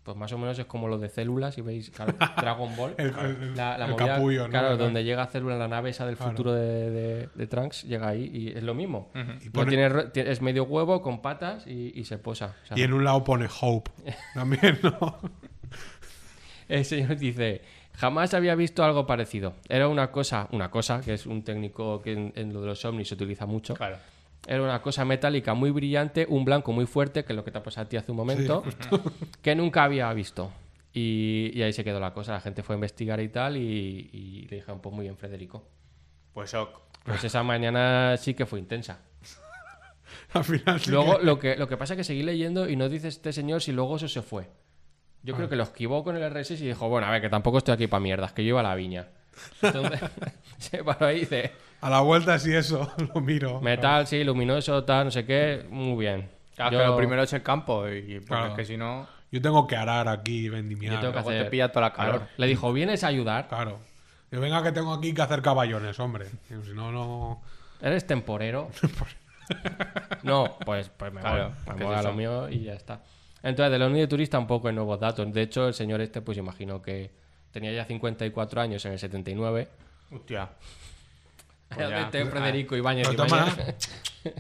Speaker 3: pues más o menos es como lo de células, si veis, claro, Dragon Ball.
Speaker 2: El- el-
Speaker 3: la, la
Speaker 2: el
Speaker 3: movida,
Speaker 2: capullo, ¿no?
Speaker 3: Claro,
Speaker 2: Claro.
Speaker 3: donde llega célula la nave esa del futuro de, de- de Trunks, llega ahí y es lo mismo.
Speaker 2: Y
Speaker 3: No
Speaker 2: pone-
Speaker 3: tiene ru- ti- es medio huevo con patas y, y se posa. O sea,
Speaker 2: Y en un lado pone Hope. También, ¿no?
Speaker 3: El señor dice, jamás había visto algo parecido. Era una cosa, una cosa, que es un técnico que en, en lo de los ovnis se utiliza mucho.
Speaker 4: Claro.
Speaker 3: Era una cosa metálica muy brillante, un blanco muy fuerte, que es lo que te ha pasado a ti hace un momento, que nunca había visto. Y, y ahí se quedó la cosa. La gente fue a investigar y tal y, y le dijeron, pues muy bien, Federico.
Speaker 4: Pues ok.
Speaker 3: Pues esa mañana sí que fue intensa.
Speaker 2: Al final. sí
Speaker 3: Luego, lo que, lo que pasa es que seguí leyendo y no dice este señor si luego eso se fue. Yo creo que lo esquivó con el R6 y dijo, bueno, a ver, que tampoco estoy aquí para mierdas, que yo iba a la viña. Entonces, se paró ahí y dice,
Speaker 2: que A la vuelta, sí, eso. Lo miro.
Speaker 3: metal, sí, luminoso, tal, no sé qué, muy bien.
Speaker 4: Claro,
Speaker 3: Yo-
Speaker 4: que lo primero es el campo. Y porque
Speaker 2: Claro.
Speaker 4: es que si no,
Speaker 2: Yo tengo que arar aquí y vendimiar.
Speaker 3: yo tengo que
Speaker 4: luego te
Speaker 3: hacer...
Speaker 4: pilla toda la calor.
Speaker 3: Claro. Le dijo, ¿vienes a ayudar?
Speaker 2: Claro. Yo venga que tengo aquí que hacer caballones, hombre. Digo, Si no, no.
Speaker 3: ¿Eres temporero? no, pues, pues me
Speaker 4: Claro,
Speaker 3: voy, me
Speaker 4: ¿qué
Speaker 3: voy
Speaker 4: es
Speaker 3: a lo
Speaker 4: eso?
Speaker 3: mío y ya está. Entonces, de la Unión de Turista tampoco hay nuevos datos. De hecho, el señor este, pues imagino que tenía ya 54 años en el 79.
Speaker 4: Hostia. Pues ya.
Speaker 3: Este Federico Ibáñez.
Speaker 2: Pero ah, de todas
Speaker 3: Ibáñez.
Speaker 2: maneras,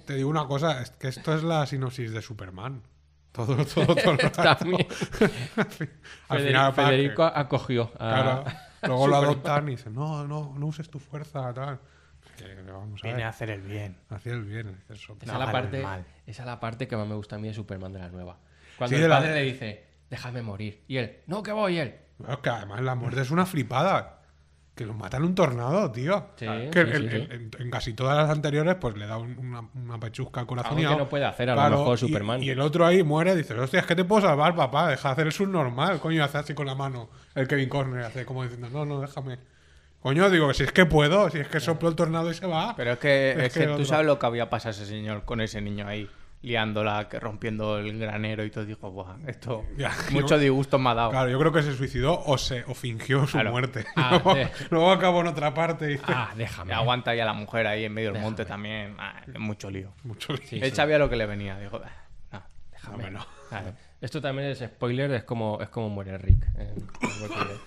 Speaker 2: te digo una cosa, es que esto es la sinopsis de Superman. Todo, todo, todo el rato.
Speaker 3: También.
Speaker 2: Al fin-
Speaker 3: Federico,
Speaker 2: al final, para que-
Speaker 3: Federico ah, acogió a-
Speaker 2: claro, luego lo adoptan y dicen, no, no, no uses tu fuerza, tal. Que vamos a
Speaker 4: Viene a
Speaker 2: ver.
Speaker 4: hacer el bien.
Speaker 2: Hacía el bien.
Speaker 3: Esa,
Speaker 2: eso.
Speaker 4: No,
Speaker 3: es la
Speaker 4: al
Speaker 3: parte,
Speaker 4: mal.
Speaker 3: esa es la parte que más me gusta a mí de Superman de la nueva. Cuando
Speaker 2: Sí,
Speaker 3: el
Speaker 2: de la-
Speaker 3: padre le dice, déjame morir. Y él, no, que voy, y él.
Speaker 2: Claro, que además la muerte es una flipada. Que los mata en un tornado, tío.
Speaker 3: Sí,
Speaker 2: que
Speaker 3: sí,
Speaker 2: el-
Speaker 3: sí, sí.
Speaker 2: el- en- en casi todas las anteriores, pues le da un- una, una pechusca al corazón.
Speaker 3: Algo que no puede hacer a lo mejor Superman.
Speaker 2: Y, el otro ahí muere y dice, hostia, es que te puedo salvar, papá, deja de hacer el subnormal, coño, y hace así con la mano. El Kevin Corner hace como diciendo, no, no, déjame. Coño, digo, si es que puedo, si es que soplo el tornado y se va.
Speaker 4: Pero es que,
Speaker 2: Es
Speaker 4: es
Speaker 2: que
Speaker 4: que
Speaker 2: el
Speaker 4: tú
Speaker 2: otro-
Speaker 4: sabes lo que había pasado a ese señor con ese niño ahí, liándola, que- rompiendo el granero y todo. Dijo, Buah, esto,
Speaker 2: Ya,
Speaker 4: mucho
Speaker 2: yo-
Speaker 4: disgusto me ha dado.
Speaker 2: Claro, yo creo que se suicidó o se o fingió su
Speaker 4: Claro.
Speaker 2: muerte.
Speaker 3: Ah,
Speaker 2: luego,
Speaker 3: sí.
Speaker 2: luego acabó en otra parte y dice,
Speaker 3: Ah, déjame.
Speaker 4: Y Aguanta ya la mujer ahí en medio del monte también. Ah, mucho lío.
Speaker 2: mucho
Speaker 3: Sí,
Speaker 4: Él
Speaker 3: sí.
Speaker 4: sabía lo que le venía. Dijo, "Ah, no,
Speaker 2: No, hombre, no.
Speaker 4: claro".
Speaker 3: Esto también es spoiler, es como, es como muere Rick. en- en Walking Dead.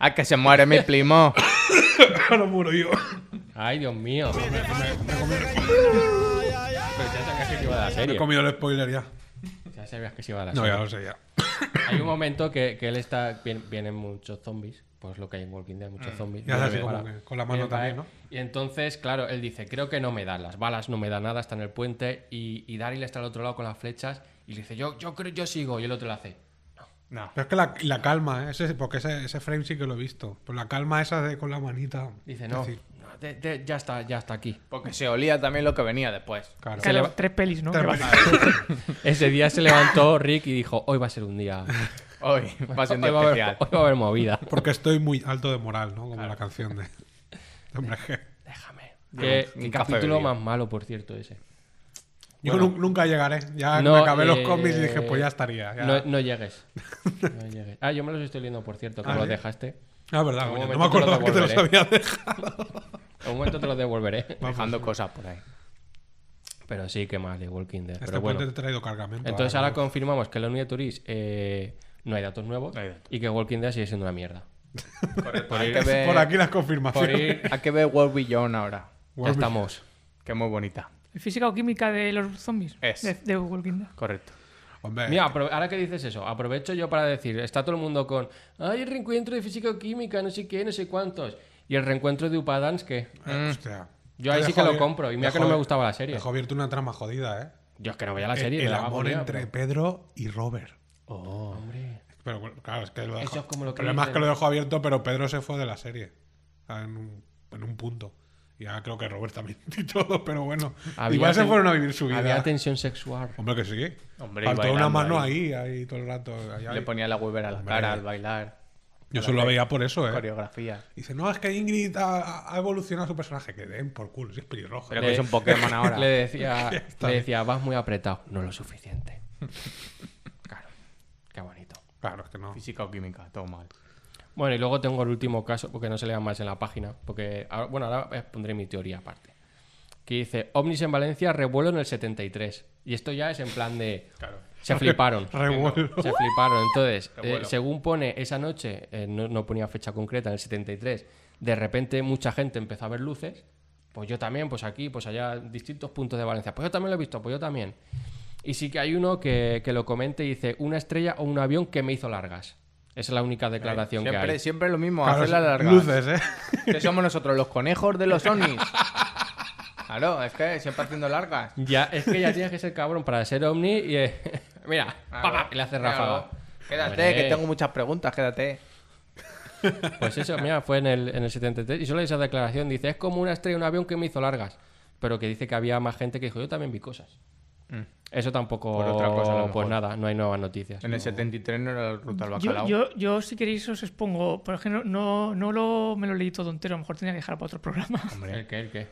Speaker 4: Ah, que se muere mi primo.
Speaker 2: Lo muero yo.
Speaker 3: Ay, Dios mío.
Speaker 2: Me he
Speaker 3: serio.
Speaker 2: comido el spoiler ya.
Speaker 3: Ya sabías que se iba a la
Speaker 2: No,
Speaker 3: serie.
Speaker 2: ya lo sé ya.
Speaker 3: Hay un momento que, que él está. vien- Vienen muchos zombies, pues lo que hay en Walking Dead, muchos zombies.
Speaker 2: Y hace así como
Speaker 3: Para-
Speaker 2: que con la mano
Speaker 3: vienen para
Speaker 2: también,
Speaker 3: él.
Speaker 2: ¿no?
Speaker 3: ¿eh? Y entonces, claro, él dice: Creo que no me dan las balas, no me da nada, está en el puente. Y, y Daryl está al otro lado con las flechas y le dice: Yo, yo creo, yo sigo. Y el otro le hace.
Speaker 4: No.
Speaker 2: Pero es que la, la calma, ¿eh? ese, porque ese, ese frame sí que lo he visto. Pero la calma esa de con la manita.
Speaker 3: Dice,
Speaker 2: Es
Speaker 3: no,
Speaker 2: decir,
Speaker 3: no, de- de- ya está, ya está aquí.
Speaker 4: Porque se olía también lo que venía después.
Speaker 2: claro.
Speaker 5: Claro, tres pelis, ¿no? Que va-
Speaker 3: Ese día se levantó Rick y dijo, hoy va a ser un día.
Speaker 4: Hoy va
Speaker 3: Hoy
Speaker 4: siendo
Speaker 3: va a haber,
Speaker 4: especial.
Speaker 3: hoy va a haber movida.
Speaker 2: Porque estoy muy alto de moral, ¿no? Como la canción de. Hombre, es que-
Speaker 3: Déjame.
Speaker 4: Llevo
Speaker 3: Qué,
Speaker 4: un
Speaker 3: qué
Speaker 4: café
Speaker 3: capítulo
Speaker 4: bebido.
Speaker 3: más malo, por cierto, ese.
Speaker 2: Yo nu- nunca llegaré. Ya
Speaker 3: No,
Speaker 2: Ah, me acabé los
Speaker 3: eh,
Speaker 2: cómics y dije, pues ya estaría. ya.
Speaker 3: No, no llegues. No llegues. Ah, yo me los estoy leyendo, por cierto, que
Speaker 2: ¿Ah,
Speaker 3: me los
Speaker 2: sí?
Speaker 3: dejaste.
Speaker 2: Ah, es verdad,
Speaker 3: Un
Speaker 2: coño, no
Speaker 3: momento
Speaker 2: me
Speaker 3: te lo
Speaker 2: acordaba que te los
Speaker 3: devolveré.
Speaker 2: había dejado.
Speaker 3: En un momento te los devolveré.
Speaker 4: Dejando cosas por ahí.
Speaker 3: Pero sí, qué mal de Walking Dead.
Speaker 2: Este
Speaker 3: Pero
Speaker 2: puente te
Speaker 3: bueno.
Speaker 2: he traído cargamento. ¿eh?
Speaker 3: Entonces ahora confirmamos que en la Unidad Turis eh, no hay datos nuevos
Speaker 4: No hay datos.
Speaker 3: y que Walking Dead sigue siendo una mierda.
Speaker 4: Por, hay que
Speaker 2: Es
Speaker 4: ver,
Speaker 2: Por aquí las
Speaker 3: Por
Speaker 2: confirmaciones.
Speaker 3: ir,
Speaker 4: hay que ver World Beyond ahora,
Speaker 3: ya estamos.
Speaker 2: Eh.
Speaker 4: que es muy bonita.
Speaker 5: Física o química de los zombies.
Speaker 4: Es.
Speaker 5: De, de Walking Dead.
Speaker 4: Correcto.
Speaker 2: Hombre,
Speaker 3: Mira, apro- ahora que dices eso, aprovecho yo para decir, está todo el mundo con, ay, el reencuentro de físico-química, no sé qué, no sé cuántos. Y el reencuentro de Upadans, que
Speaker 2: eh, hostia.
Speaker 3: Mm. Yo ahí
Speaker 2: Te
Speaker 3: sí
Speaker 2: dejo
Speaker 3: que lo
Speaker 2: abier-
Speaker 3: compro, y mira
Speaker 2: dejo
Speaker 3: que no me
Speaker 2: abier-
Speaker 3: gustaba la serie.
Speaker 2: Dejo abierto una trama jodida, ¿eh?
Speaker 3: yo es que no veía la
Speaker 2: El-
Speaker 3: serie.
Speaker 2: el,
Speaker 3: me daba
Speaker 2: amor
Speaker 3: agonía,
Speaker 2: entre
Speaker 3: pero-
Speaker 2: Pedro y Robert.
Speaker 4: Oh.
Speaker 3: Hombre.
Speaker 2: Pero bueno, claro, es que lo dejo.
Speaker 3: Eso es como lo que
Speaker 2: el problema es
Speaker 3: dicen.
Speaker 2: que lo dejo abierto, pero Pedro se fue de la serie. Ah, En un, en un punto. Y ahora creo que Robert también y todo, pero bueno.
Speaker 3: Había
Speaker 2: Igual se
Speaker 3: ten-
Speaker 2: fueron a vivir su vida.
Speaker 3: Había tensión sexual.
Speaker 2: Hombre, que sí.
Speaker 4: Hombre, y
Speaker 2: Faltó una
Speaker 4: bailando
Speaker 2: mano
Speaker 4: ahí.
Speaker 2: ahí, ahí, todo el rato. ahí, ahí.
Speaker 4: Le ponía la Weaver a la
Speaker 2: Hombre.
Speaker 4: cara al bailar,
Speaker 2: Yo solo lo veía por eso, ¿eh?
Speaker 4: coreografía.
Speaker 2: Dice, no, es que Ingrid ha, ha evolucionado su personaje. Que den por culo, si es pelirroja.
Speaker 4: Pero que es un Pokémon ahora.
Speaker 3: Le decía,
Speaker 2: Está
Speaker 3: le
Speaker 2: bien.
Speaker 3: decía, vas muy apretado. No lo suficiente. Claro. Qué bonito.
Speaker 2: Claro, es que no.
Speaker 4: Física o química, todo mal.
Speaker 3: Bueno, y luego tengo el último caso, porque no se lea más en la página, porque ahora- bueno, ahora eh, pondré mi teoría aparte. Que dice, ovnis en Valencia, revuelo en el 73. Y esto ya es en plan de... Se fliparon.
Speaker 2: Revuelo.
Speaker 3: Se fliparon. Entonces, eh, según pone esa noche, eh, no, no ponía fecha concreta, en el 73, de repente mucha gente empezó a ver luces. Pues yo también, pues aquí, pues allá, distintos puntos de Valencia. Pues yo también lo he visto, pues yo también. Y sí que hay uno que, que lo comenta y dice, una estrella o un avión que me hizo largas. Esa es la única declaración que
Speaker 4: Siempre,
Speaker 3: hay.
Speaker 4: siempre lo mismo,
Speaker 2: Claro,
Speaker 4: hacerla larga.
Speaker 2: luces, ¿eh?
Speaker 4: Que somos nosotros, los conejos de los ovnis. Claro, es que siempre haciendo largas.
Speaker 3: Ya, es que ya tienes que ser cabrón para ser ovni y... eh, mira, pa, pa, y le hace ráfaga.
Speaker 4: Quédate,
Speaker 3: Hombre.
Speaker 4: que tengo muchas preguntas, quédate.
Speaker 3: Pues eso, mira, fue en el, en el 73. Y solo esa declaración dice, es como una estrella, un avión que me hizo largas. Pero que dice que había más gente que dijo, yo también vi cosas. Eso tampoco,
Speaker 4: Por otra cosa, a lo
Speaker 3: pues
Speaker 4: mejor.
Speaker 3: nada, no hay nuevas noticias.
Speaker 4: En el 73 no era la ruta al
Speaker 5: Yo,
Speaker 4: bacalao.
Speaker 5: yo, yo, si queréis, os expongo. Pero es que no, no, no lo, me lo leí todo entero. A lo mejor tenía que dejar para otro programa.
Speaker 3: ¿El qué? ¿El qué?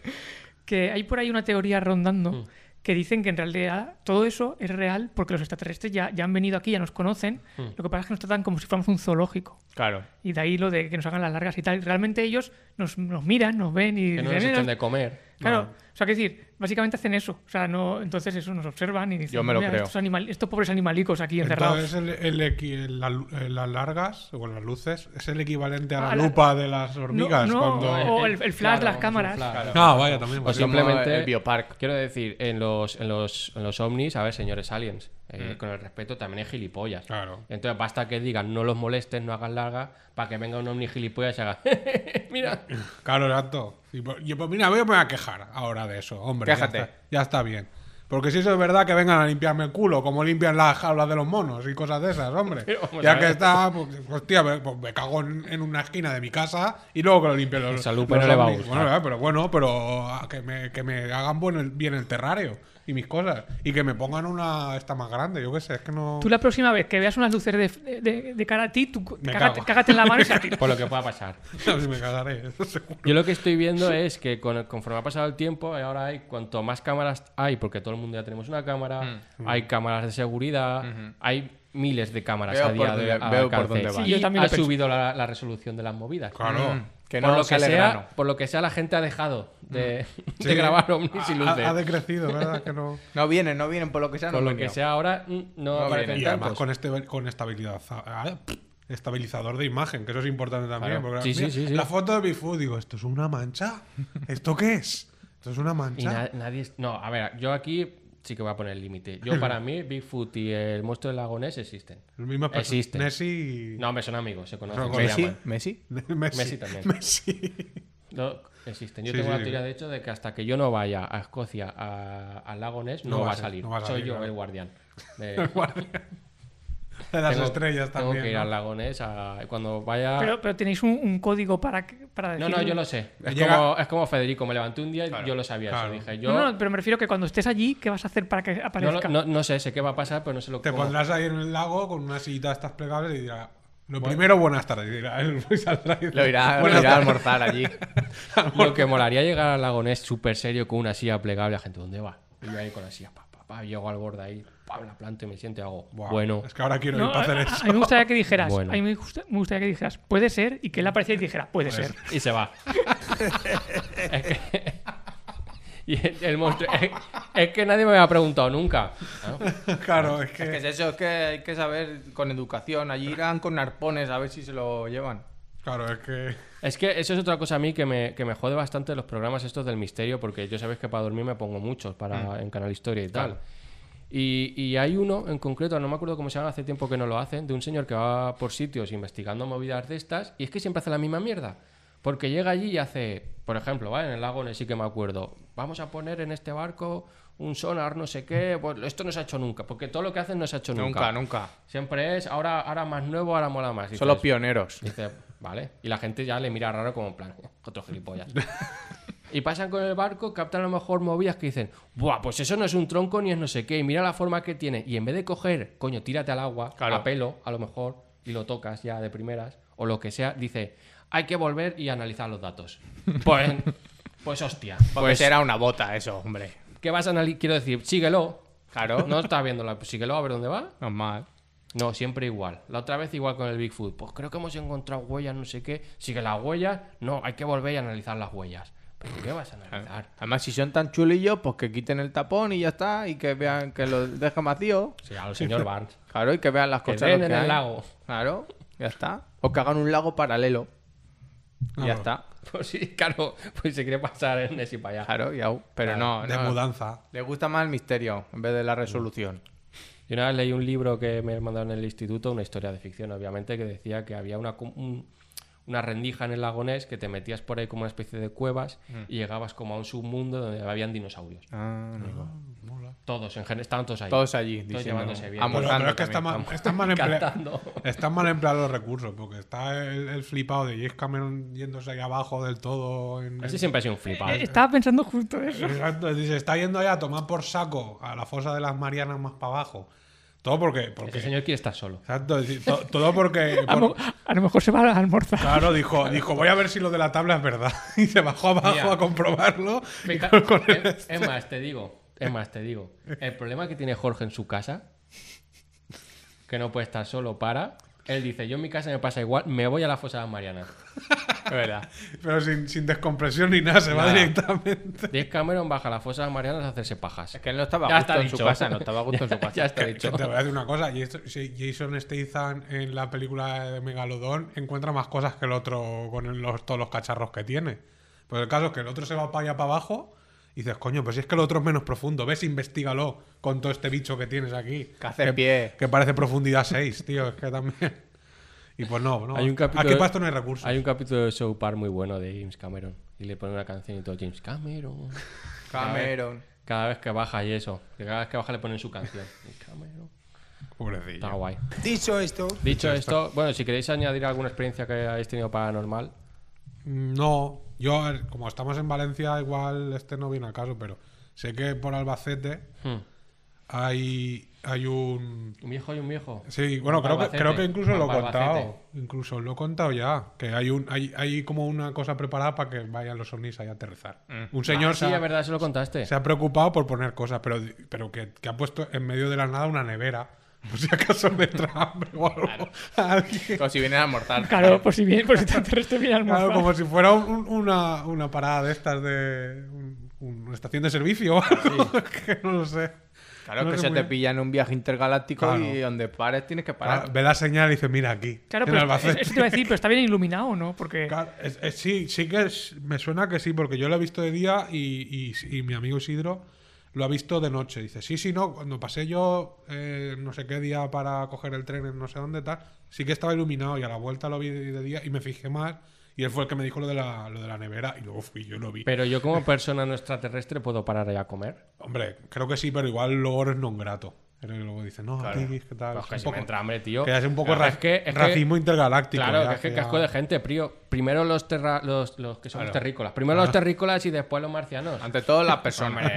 Speaker 5: Que hay por ahí una teoría rondando
Speaker 3: Mm.
Speaker 5: que dicen que en realidad todo eso es real porque los extraterrestres ya, ya han venido aquí, ya nos conocen.
Speaker 3: Mm.
Speaker 5: Lo que pasa es que nos tratan como si fuéramos un zoológico.
Speaker 4: Claro.
Speaker 5: Y de ahí lo de que nos hagan las largas y tal. Realmente ellos nos, nos miran, nos ven y...
Speaker 3: Que no
Speaker 5: dicen,
Speaker 3: nos
Speaker 5: "Eh,
Speaker 3: echen de comer.
Speaker 5: Claro, o sea, que decir, básicamente hacen eso. O sea, no, entonces eso nos observan y dicen,
Speaker 4: Yo me lo
Speaker 5: "Mira,
Speaker 4: creo".
Speaker 5: Estos, animal- estos pobres animalicos aquí encerrados.
Speaker 2: Entonces, el, el equi- el- la lu- eh, las largas o las luces es el equivalente a la
Speaker 5: Ah, la-
Speaker 2: lupa de las hormigas.
Speaker 5: no,
Speaker 2: cuando...
Speaker 5: no. O el- el flash, las
Speaker 3: un
Speaker 5: cámaras.
Speaker 3: flash.
Speaker 2: Ah, vaya, también.
Speaker 3: O
Speaker 2: vale.
Speaker 4: sí.
Speaker 3: simplemente.
Speaker 4: Pues el biopark.
Speaker 3: Quiero decir, en los, en los, en los ovnis, a ver, señores aliens,
Speaker 4: Mm.
Speaker 3: eh, con el respeto también es gilipollas.
Speaker 2: Claro.
Speaker 3: Entonces basta que digan no los molestes, no hagan larga, para que venga un ovni gilipollas y haga. Mira.
Speaker 2: Claro, exacto. Y, pues, yo, pues, mira, voy a- me voy a quejar ahora de eso, hombre. ya
Speaker 4: Quéjate.
Speaker 2: está- Ya está, bien. Porque si eso es verdad, que vengan a limpiarme el culo, como limpian las jaulas de los monos y cosas de esas, hombre.
Speaker 3: Pero vamos a
Speaker 2: ya
Speaker 3: ver.
Speaker 2: que está, pues, hostia, me, pues, me cago en, en una esquina de mi casa y luego que lo limpien los.
Speaker 3: Esa lupa
Speaker 2: los
Speaker 3: no le va a
Speaker 2: zombies.
Speaker 3: gustar.
Speaker 2: Bueno, ya, pero bueno, pero ah, que me, que me hagan bueno el- bien el terrario y mis cosas. Y que me pongan una esta más grande, yo qué sé, es que no.
Speaker 5: Tú la próxima vez que veas unas luces de, de- de cara a ti, tú
Speaker 2: Me
Speaker 5: cágate,
Speaker 2: cago.
Speaker 5: cágate en la mano y se la tiras.
Speaker 3: Por lo que pueda pasar.
Speaker 2: No, si me cagaré, eso seguro.
Speaker 3: Yo lo que estoy viendo es que con- conforme ha pasado el tiempo, eh, ahora hay cuanto más cámaras hay, porque todo el mundo ya tenemos una cámara,
Speaker 4: Mm.
Speaker 3: Mm. hay cámaras de seguridad, hay miles de cámaras
Speaker 4: Veo
Speaker 3: a día
Speaker 4: por
Speaker 3: de
Speaker 4: dónde-
Speaker 3: al
Speaker 4: veo por
Speaker 3: alcance.
Speaker 4: dónde vas.
Speaker 5: Sí, yo
Speaker 3: Y
Speaker 5: también
Speaker 3: ha
Speaker 5: lo pienso.
Speaker 3: subido la, la resolución de las movidas.
Speaker 2: Claro.
Speaker 4: Mm. Que
Speaker 3: por,
Speaker 4: no
Speaker 3: lo que
Speaker 4: sale
Speaker 3: sea,
Speaker 4: grano.
Speaker 3: por lo que sea, la gente ha dejado de, de
Speaker 2: Sí.
Speaker 3: grabar ovnis y
Speaker 2: Ha-
Speaker 3: luces.
Speaker 2: Ha, ha decrecido, ¿verdad? Que no.
Speaker 4: No vienen, no vienen, por lo que sea, no
Speaker 3: Por lo
Speaker 4: han
Speaker 3: que
Speaker 4: venido.
Speaker 3: sea ahora, mm, no,
Speaker 4: No
Speaker 3: aparecen
Speaker 2: Y
Speaker 4: viene.
Speaker 2: además
Speaker 3: tantos.
Speaker 2: con este con estabilidad ah, estabilizador de imagen, que eso es importante también.
Speaker 3: Claro.
Speaker 2: porque,
Speaker 3: Sí, sí, sí, sí.
Speaker 2: La foto de Bifu, digo, ¿esto es una mancha? ¿Esto qué es? ¿Esto es una
Speaker 3: Y
Speaker 2: mancha?
Speaker 3: na- nadie. es- No, a ver, yo aquí sí que voy a poner el límite. Yo, para mí, Bigfoot y el monstruo del lago Ness existen.
Speaker 2: Las mismas personas.
Speaker 3: Existen.
Speaker 2: Messi y...
Speaker 3: No, pues. hombre, son amigos, se conocen.
Speaker 2: Son
Speaker 3: se
Speaker 2: colegas.
Speaker 4: Messi,
Speaker 3: llaman.
Speaker 4: Messi.
Speaker 2: Messi.
Speaker 3: Messi también.
Speaker 2: Messi.
Speaker 3: No, existen. Yo
Speaker 2: Sí,
Speaker 3: tengo
Speaker 2: sí,
Speaker 3: la
Speaker 2: sí.
Speaker 3: teoría, de hecho, de que hasta que yo no vaya a Escocia, a- al lago Ness, no, va a salir.
Speaker 2: no va a
Speaker 3: Soy
Speaker 2: salir,
Speaker 3: yo
Speaker 2: claro.
Speaker 3: el guardián. De,
Speaker 2: De las
Speaker 3: tengo-
Speaker 2: estrellas también.
Speaker 3: Tengo que ir
Speaker 2: ¿no?
Speaker 3: al lago Ness a- cuando vaya...
Speaker 5: Pero, pero tenéis un, un código para, que- para
Speaker 3: Ah. no,
Speaker 5: decir.
Speaker 3: no, yo lo sé. Es,
Speaker 2: Llega-
Speaker 3: como, es como Federico, me levanté un día y yo lo sabía. eso.
Speaker 2: claro.
Speaker 3: Dije, yo...
Speaker 5: No, no, pero me refiero que cuando estés allí, ¿qué vas a hacer para
Speaker 3: no
Speaker 5: que
Speaker 3: lo-
Speaker 5: aparezca?
Speaker 3: no- no sé, sé qué va a pasar, pero no sé lo
Speaker 2: Te
Speaker 3: cómo.
Speaker 2: pondrás ahí en el lago con una sillita de estas plegables y dirá... Lo primero, buenas tardes. y dirá, él saldrá y dirá,
Speaker 4: Lo irá, lo
Speaker 2: "Buenas
Speaker 4: irá a
Speaker 2: tardes".
Speaker 4: almorzar allí.
Speaker 3: Lo que molaría llegar al lagonés súper serio con una silla plegable. La gente, ¿dónde va? Y yo ahí con la silla, pa, pa, pa, llego al borde ahí, pa, la planto y me siento y hago,
Speaker 2: Buah,
Speaker 3: bueno,
Speaker 2: Es que ahora quiero
Speaker 5: No, eh,
Speaker 2: ir para hacer
Speaker 5: a,
Speaker 2: eso.
Speaker 5: a- a mí me gustaría que dijeras,
Speaker 3: Bueno.
Speaker 5: a mí me, gusta- me gustaría que dijeras, puede ser, y que él apareciera y dijera, puede ser.
Speaker 3: y se va. es que... Y el, el monstruo... Es, es que nadie me había preguntado nunca. Claro.
Speaker 2: Claro, es que...
Speaker 4: Es que es eso, es que hay que saber con educación. Allí irán con arpones a ver si se lo llevan.
Speaker 2: Claro, es que...
Speaker 3: Es que eso es otra cosa a mí que me, que me jode bastante los programas estos del misterio, porque yo sabes que para dormir me pongo muchos
Speaker 4: Mm.
Speaker 3: para, en Canal Historia y tal. Y, y hay uno en concreto, no me acuerdo cómo se llama, hace tiempo que no lo hacen, de un señor que va por sitios investigando movidas de estas, y es que siempre hace la misma mierda. Porque llega allí y hace, por ejemplo, ¿vale? en el lago Ness sí que me acuerdo, vamos a poner en este barco un sonar, no sé qué, pues esto no se ha hecho nunca, porque todo lo que hacen no se ha hecho nunca.
Speaker 4: Nunca, nunca.
Speaker 3: Siempre es, ahora, ahora más nuevo, ahora mola más. Y
Speaker 4: Son los
Speaker 3: dices,
Speaker 4: pioneros.
Speaker 3: Dice, vale. Y la gente ya le mira raro como en plan, otro gilipollas. Y pasan con el barco, captan a lo mejor movidas que dicen, buah, pues eso no es un tronco ni es no sé qué, y mira la forma que tiene. Y en vez de coger, coño, tírate al agua,
Speaker 4: Claro.
Speaker 3: a pelo, a lo mejor, y lo tocas ya de primeras, o lo que sea, dice, hay que volver y analizar los datos. Pues, pues hostia.
Speaker 4: Pues era una bota eso, hombre.
Speaker 3: ¿Qué vas a analizar? Quiero decir, síguelo.
Speaker 4: Claro.
Speaker 3: No estás viéndola, pues síguelo a ver dónde va.
Speaker 4: Normal.
Speaker 3: No, siempre igual. La otra vez igual con el Bigfoot. Pues creo que hemos encontrado huellas, no sé qué. Sigue las huellas. No, hay que volver y analizar las huellas. ¿Pero qué vas a analizar?
Speaker 4: Además, si son tan chulillos, pues que quiten el tapón y ya está. Y que vean que lo dejen vacío.
Speaker 3: O sea, al señor Barnes.
Speaker 4: Claro, y que vean las
Speaker 3: Que
Speaker 4: cosas.
Speaker 3: den
Speaker 4: lo
Speaker 3: en el
Speaker 4: hay.
Speaker 3: lago.
Speaker 4: Claro, ya está. O que hagan un lago paralelo. Y ya está.
Speaker 3: Pues sí, claro. Pues se quiere pasar en ese para allá.
Speaker 4: Claro, ya. Pero no,
Speaker 2: de
Speaker 4: no.
Speaker 2: mudanza.
Speaker 4: Le gusta más el misterio en vez de la resolución.
Speaker 3: Yo una vez leí un libro que me mandaron en el instituto, una historia de ficción, obviamente, que decía que había una, cu- un- una rendija en el lagonés que te metías por ahí como una especie de cuevas y llegabas como a un submundo donde habían dinosaurios.
Speaker 4: Ah, amigo.
Speaker 3: Todos, en general, estaban todos ahí.
Speaker 4: Todos allí,
Speaker 3: Todos
Speaker 4: diciendo,
Speaker 3: llevándose bien.
Speaker 4: "Amo
Speaker 2: Pero,
Speaker 4: Cortando
Speaker 2: pero es que está
Speaker 4: también,
Speaker 2: mal, están mal
Speaker 3: Cantando.
Speaker 2: emplea- están mal empleados los recursos, porque está el, el flipado de James Cameron yéndose ahí abajo del todo. En,
Speaker 3: Ese siempre ha sido un flipado.
Speaker 5: Eh, Estaba pensando justo eso.
Speaker 2: Exacto, dice, está yendo allá a tomar por saco a la fosa de las Marianas más para abajo. Todo porque... porque
Speaker 3: Ese señor quiere estar solo.
Speaker 2: Exacto, es decir, to- todo porque...
Speaker 5: A,
Speaker 2: por-
Speaker 5: mo- a lo mejor se va a almorzar.
Speaker 2: Claro, dijo, dijo, voy a ver si lo de la tabla es verdad. Y se bajó abajo
Speaker 3: Mira.
Speaker 2: a comprobarlo.
Speaker 3: Me
Speaker 2: y
Speaker 3: ca-
Speaker 2: con- con el-
Speaker 3: eh, es, es más, te digo, es más, te digo. El problema que tiene Jorge en su casa, que no puede estar solo para. Él dice, yo en mi casa me pasa igual, me voy a la fosa de las Marianas.
Speaker 4: Es verdad.
Speaker 2: Pero sin, sin descompresión ni nada, se
Speaker 3: Nada.
Speaker 2: va directamente.
Speaker 3: Dick Cameron baja a la fosa de las Marianas a hacerse pajas.
Speaker 4: Es que él no estaba
Speaker 3: Ya
Speaker 4: a
Speaker 3: está
Speaker 4: gusto en su
Speaker 3: dicho.
Speaker 4: casa. No estaba a gusto en su casa.
Speaker 3: ya está
Speaker 2: Que- que
Speaker 3: dicho.
Speaker 2: te voy a decir una cosa, y esto- si Jason Statham en la película de Megalodón encuentra más cosas que el otro con el- los- todos los cacharros que tiene. Pues el caso es que el otro se va para allá para abajo y dices, coño, pues si es que el otro es menos profundo, ves, investigalo con todo este bicho que tienes aquí.
Speaker 4: Que hace pie.
Speaker 2: Que parece profundidad 6, tío, es que también... Y pues no, no.
Speaker 3: Hay un capítulo-
Speaker 2: Aquí para esto no hay recursos.
Speaker 3: Hay un capítulo de Show Park muy bueno de James Cameron. Y le pone una canción y todo, James Cameron.
Speaker 4: Cameron.
Speaker 3: cada vez que baja y eso. Que cada vez que baja le ponen su canción. Y Cameron.
Speaker 2: Pobrecillo.
Speaker 3: Está guay.
Speaker 6: Dicho esto,
Speaker 3: Dicho esto, bueno, si queréis añadir alguna experiencia que hayáis tenido paranormal,
Speaker 2: Mm, No, yo, a ver, como estamos en Valencia, igual este no viene al caso, pero sé que por Albacete
Speaker 3: Hmm.
Speaker 2: hay, hay un.
Speaker 3: un viejo y un viejo.
Speaker 2: Sí, bueno, creo que,
Speaker 3: Albacete.
Speaker 2: creo que incluso lo he
Speaker 3: Albacete.
Speaker 2: contado. Incluso lo he contado ya. Que hay un hay, hay como una cosa preparada para que vayan los ovnis ahí a aterrizar. Un señor
Speaker 3: Ah, sí,
Speaker 2: se,
Speaker 3: es
Speaker 2: ha,
Speaker 3: verdad, se lo contaste.
Speaker 2: se ha preocupado por poner cosas, pero, pero que, que ha puesto en medio de la nada una nevera. Por si acaso le entra hambre o algo a alguien.
Speaker 4: Como si vienes a mortal.
Speaker 5: Claro,
Speaker 3: pues,
Speaker 5: por si bien, por si extraterrestre viene al
Speaker 2: Claro,
Speaker 5: morfar.
Speaker 2: como si fuera un- un- una, una parada de estas de. un- un- una estación de servicio o algo. que no lo sé.
Speaker 4: Claro,
Speaker 2: No
Speaker 4: que
Speaker 2: sé
Speaker 4: se
Speaker 2: muy
Speaker 4: te
Speaker 2: bien.
Speaker 4: pilla en un viaje intergaláctico
Speaker 2: Claro.
Speaker 4: y donde pares tienes que
Speaker 2: Ah,
Speaker 4: parar.
Speaker 2: Ve la señal y dice, mira aquí.
Speaker 5: Claro,
Speaker 2: en
Speaker 5: pero
Speaker 2: Albacete.
Speaker 5: eso te iba a decir, pero está bien iluminado, ¿no? Porque
Speaker 2: Claro, pues, es- es- sí, sí que es- me suena que sí, porque yo lo he visto de día y, y- y mi amigo Isidro lo ha visto de noche. Dice, sí, sí, no, cuando pasé yo eh, no sé qué día para coger el tren en no sé dónde, tal, sí que estaba iluminado y a la vuelta lo vi de, de día y me fijé más y él fue el que me dijo lo de la, lo de la nevera y luego fui, yo lo vi.
Speaker 3: Pero yo como persona no extraterrestre puedo parar ahí a comer.
Speaker 2: Hombre, creo que sí, pero igual luego eres non grato. Pero luego dices, no,
Speaker 4: Claro.
Speaker 2: aquí, ¿qué tal?
Speaker 3: Pues
Speaker 2: Es
Speaker 3: que
Speaker 2: un
Speaker 3: si
Speaker 2: poco-
Speaker 3: me entra hambre, tío.
Speaker 2: que es un poco
Speaker 3: Claro,
Speaker 2: ra-
Speaker 3: es que- es que-
Speaker 2: racismo intergaláctico.
Speaker 3: Claro,
Speaker 2: ya
Speaker 3: que es que
Speaker 2: ya-
Speaker 3: casco de gente, prio. Primero los, terra- los, los que son terrícolas. Primero los terrícolas y después los marcianos. Eh,
Speaker 4: Ante todo, las personas.